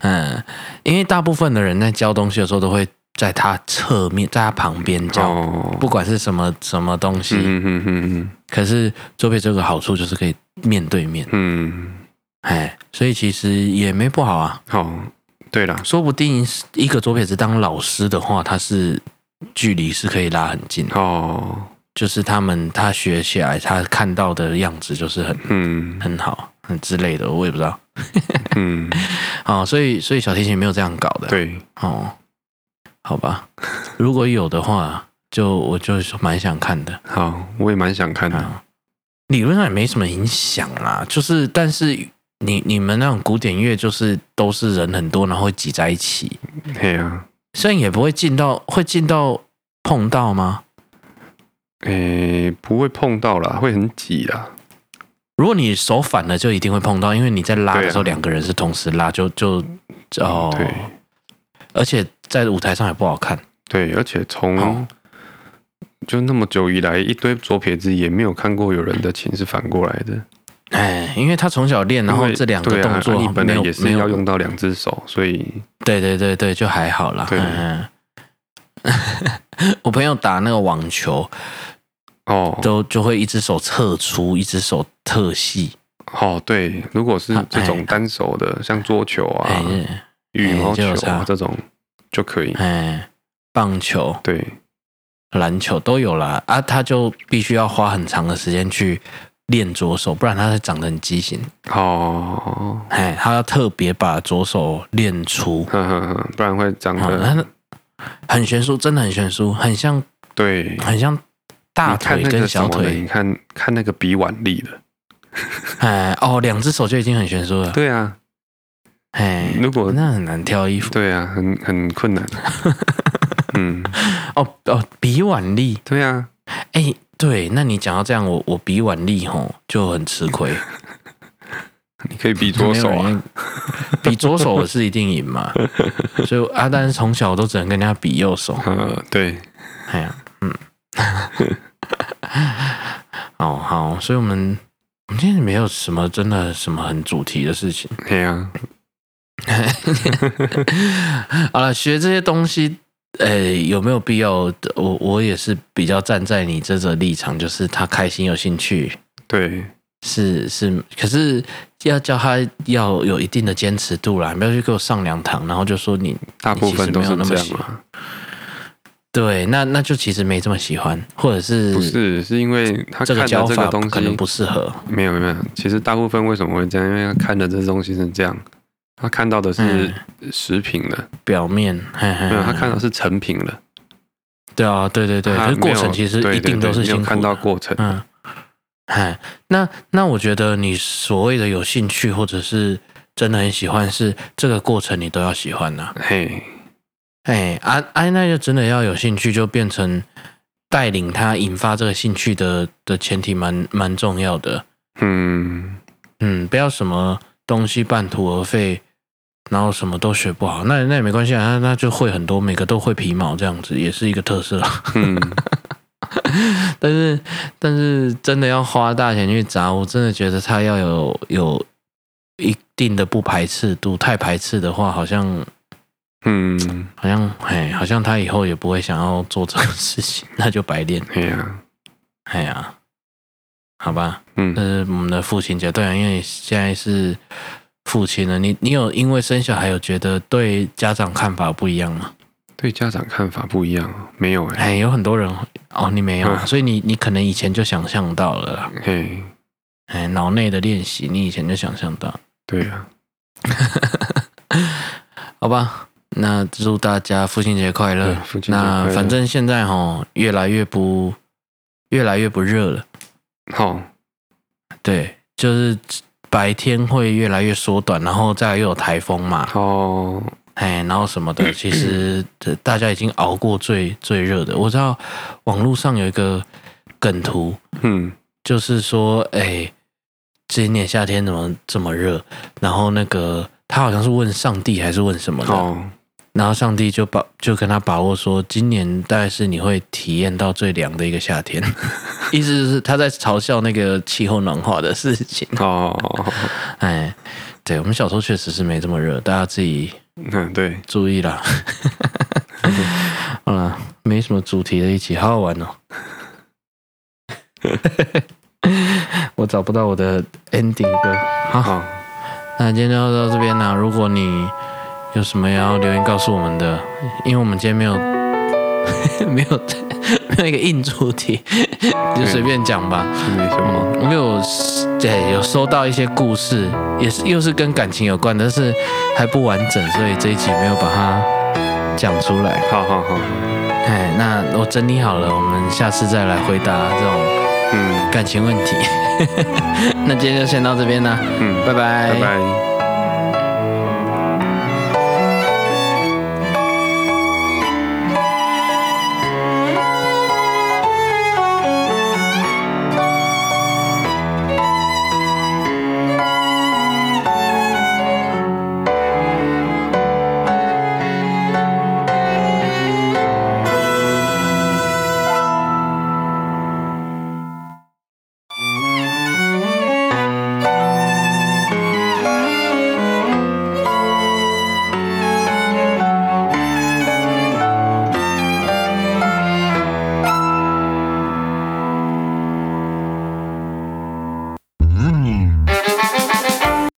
Speaker 2: 嗯，因为大部分的人在教东西的时候，都会在他侧面，在他旁边教，
Speaker 3: 哦，
Speaker 2: 不管是什么什么东西。
Speaker 3: 嗯嗯嗯
Speaker 2: 可是左撇子有个好处就是可以面对面，
Speaker 3: 嗯，
Speaker 2: 哎，所以其实也没不好啊。
Speaker 3: 好、对啦，
Speaker 2: 说不定一个左撇子当老师的话，他是距离是可以拉很近的，
Speaker 3: 哦，
Speaker 2: 就是他们他学起来，他看到的样子就是很
Speaker 3: 嗯
Speaker 2: 很好，很之类的，我也不知道。
Speaker 3: 嗯，
Speaker 2: 哦，所以所以小提琴没有这样搞的。，
Speaker 3: 对，
Speaker 2: 哦，好吧，如果有的话，就我就蛮想看的
Speaker 3: 好，我也蛮想看的。
Speaker 2: 啊。理论上也没什么影响啦，就是但是你你们那种古典乐就是都是人很多，然后会挤在一起，
Speaker 3: 嘿啊，
Speaker 2: 虽然也不会进到，会进到碰到吗？
Speaker 3: 诶、不会碰到啦，会很挤啦。
Speaker 2: 如果你手反了，就一定会碰到，因为你在拉的时候，
Speaker 3: 对啊
Speaker 2: 两个人是同时拉，就就哦，
Speaker 3: 啊对
Speaker 2: 而且在舞台上也不好看。
Speaker 3: 对，而且从、
Speaker 2: 哦
Speaker 3: 就那么久以来，一堆左撇子也没有看过有人的琴是反过来的。
Speaker 2: 哎，因为他从小练，然后
Speaker 3: 因为
Speaker 2: 这两个
Speaker 3: 对
Speaker 2: 动
Speaker 3: 啊啊
Speaker 2: 作
Speaker 3: 你本
Speaker 2: 没
Speaker 3: 来
Speaker 2: 有
Speaker 3: 也是
Speaker 2: 没
Speaker 3: 要
Speaker 2: 有，
Speaker 3: 用到两只手，所以
Speaker 2: 对对对对，就还好啦。
Speaker 3: 对
Speaker 2: 嗯，嗯 我朋友打那个网球，
Speaker 3: 哦
Speaker 2: 都就会一只手侧出，一只手特细。
Speaker 3: 哦对，如果是
Speaker 2: 啊
Speaker 3: 这
Speaker 2: 哎
Speaker 3: 种单手的，像桌球啊、
Speaker 2: 哎
Speaker 3: 羽毛球
Speaker 2: 就有差
Speaker 3: 啊这种就可以。
Speaker 2: 哎，棒球、
Speaker 3: 对
Speaker 2: 篮球都有啦啊，他就必须要花很长的时间去练左手，不然他会长得很畸形。
Speaker 3: 哦，
Speaker 2: 哎，他要特别把左手练出，
Speaker 3: 呵呵呵，不然会长
Speaker 2: 啊，
Speaker 3: 得、
Speaker 2: 他那很悬殊，真的很悬殊，很像
Speaker 3: 对。
Speaker 2: 很像大
Speaker 3: 你看
Speaker 2: 腿
Speaker 3: 那
Speaker 2: 跟
Speaker 3: 个什
Speaker 2: 小
Speaker 3: 么的，你
Speaker 2: 腿，
Speaker 3: 看看那个比腕力 的，
Speaker 2: 哎哦，两只手就已经很悬殊了，
Speaker 3: 对啊，
Speaker 2: 哎，
Speaker 3: 如果
Speaker 2: 那很难挑衣服
Speaker 3: 对啊，很很困 难。嗯，
Speaker 2: 哦哦，比腕力，
Speaker 3: 对啊，
Speaker 2: 哎，对，那你讲到这样，我我比腕力吼就很吃亏，
Speaker 3: 你可以比左手
Speaker 2: 没有
Speaker 3: 啊，
Speaker 2: 人比左手我是一定赢 嘛，所以啊，但是从小都只能跟人家比右手，
Speaker 3: 呃，对，
Speaker 2: 哎呀，嗯， 哦好，所以我们我们今天没有什么真的什么很主题的事情。
Speaker 3: 对啊，
Speaker 2: 好了，学这些东西，呃、有没有必要？我我也是比较站在你这则立场，就是他开心有兴趣
Speaker 3: 对，
Speaker 2: 是是，可是要叫他要有一定的坚持度啦，不要去给我上两堂，然后就说你
Speaker 3: 大部分都是
Speaker 2: 你其实没有那么
Speaker 3: 这
Speaker 2: 喜
Speaker 3: 样啊嘛。
Speaker 2: 对，那那就其实没这么喜欢，或者是
Speaker 3: 不是，是因为他
Speaker 2: 这
Speaker 3: 看
Speaker 2: 个
Speaker 3: 的
Speaker 2: 教
Speaker 3: 这
Speaker 2: 法
Speaker 3: 个东
Speaker 2: 可能
Speaker 3: 西
Speaker 2: 不适合，
Speaker 3: 没有没有，其实大部分为什么会这样？因为他看的这东西是这样，他看到的是
Speaker 2: 嗯
Speaker 3: 食品的，
Speaker 2: 表面，嘿嘿
Speaker 3: 没有他看
Speaker 2: 嘿
Speaker 3: 到是成品的。
Speaker 2: 对啊，对对对，
Speaker 3: 他
Speaker 2: 可是
Speaker 3: 没
Speaker 2: 过
Speaker 3: 有
Speaker 2: 程其实
Speaker 3: 对
Speaker 2: 一
Speaker 3: 对
Speaker 2: 定
Speaker 3: 对
Speaker 2: 都是
Speaker 3: 没有
Speaker 2: 辛苦
Speaker 3: 看
Speaker 2: 的
Speaker 3: 到过程，
Speaker 2: 嗯，哎，那那我觉得你所谓的有兴趣或者是真的很喜欢，是这个过程你都要喜欢呐、
Speaker 3: 嘿，
Speaker 2: 哎，啊啊，那就真的要有兴趣，就变成带领他引发这个兴趣的的前提蛮蛮重要的。
Speaker 3: 嗯，
Speaker 2: 嗯，不要什么东西半途而废，然后什么都学不好，那那也没关系啊，那那就会很多，每个都会皮毛这样子，也是一个特色。
Speaker 3: 嗯，
Speaker 2: 但是，但是真的要花大钱去砸，我真的觉得他要有有一定的不排斥度。太排斥的话，好像
Speaker 3: 嗯，
Speaker 2: 好像哎，好像他以后也不会想要做这个事情，那就白练。
Speaker 3: 嘿呀，
Speaker 2: 哎呀，好吧，这
Speaker 3: 嗯，
Speaker 2: 是我们的父亲节，对啊，因为现在是父亲了。你你有因为生小孩有觉得对家长看法不一样吗？
Speaker 3: 对家长看法不一样哦，没有哎，
Speaker 2: 哎，有很多人哦，你没有啊，
Speaker 3: 嗯
Speaker 2: 所以你你可能以前就想象到了啦。
Speaker 3: 嘿，
Speaker 2: 哎，脑内的练习，你以前就想象到，
Speaker 3: 对啊呀，
Speaker 2: 好吧？那祝大家父亲节快乐
Speaker 3: 对！父亲节快
Speaker 2: 嗯那
Speaker 3: 乐
Speaker 2: 反正现在哈，越来越不，越来越不热了。
Speaker 3: 哎好，
Speaker 2: 对，就是白天会越来越缩短，然后再来又有台风嘛，
Speaker 3: 好，
Speaker 2: 哎，然后什么 的，其实这大家已经熬过最最热的。我知道网络上有一个梗图，
Speaker 3: 嗯，
Speaker 2: 就是说，哎、今年夏天怎么这么热？然后那个他好像是问上帝还是问什么的，
Speaker 3: 好，
Speaker 2: 然后上帝就把就跟他把握说，今年大概是你会体验到最凉的一个夏天，意思就是他在嘲笑那个气候暖化的事情。
Speaker 3: 好，
Speaker 2: 哎，对我们小时候确实是没这么热，大家自己
Speaker 3: 嗯，对，
Speaker 2: 注意啦。好啦，没什么主题的一起，好好玩哦。我找不到我的 ending 歌。好，
Speaker 3: 好，
Speaker 2: 那今天就到这边啦。如果你有什么要留言告诉我们的，因为我们今天没有 没有没有一个硬主题，你就随便讲吧。
Speaker 3: 没什么。
Speaker 2: 我有对有收到一些故事，也是又是跟感情有关，但是还不完整，所以这一集没有把它讲出来。
Speaker 3: 好好好，
Speaker 2: 哎，那我整理好了，我们下次再来回答这种
Speaker 3: 嗯
Speaker 2: 感情问题。那今天就先到这边啦，
Speaker 3: 嗯，
Speaker 2: 拜拜
Speaker 3: 拜拜。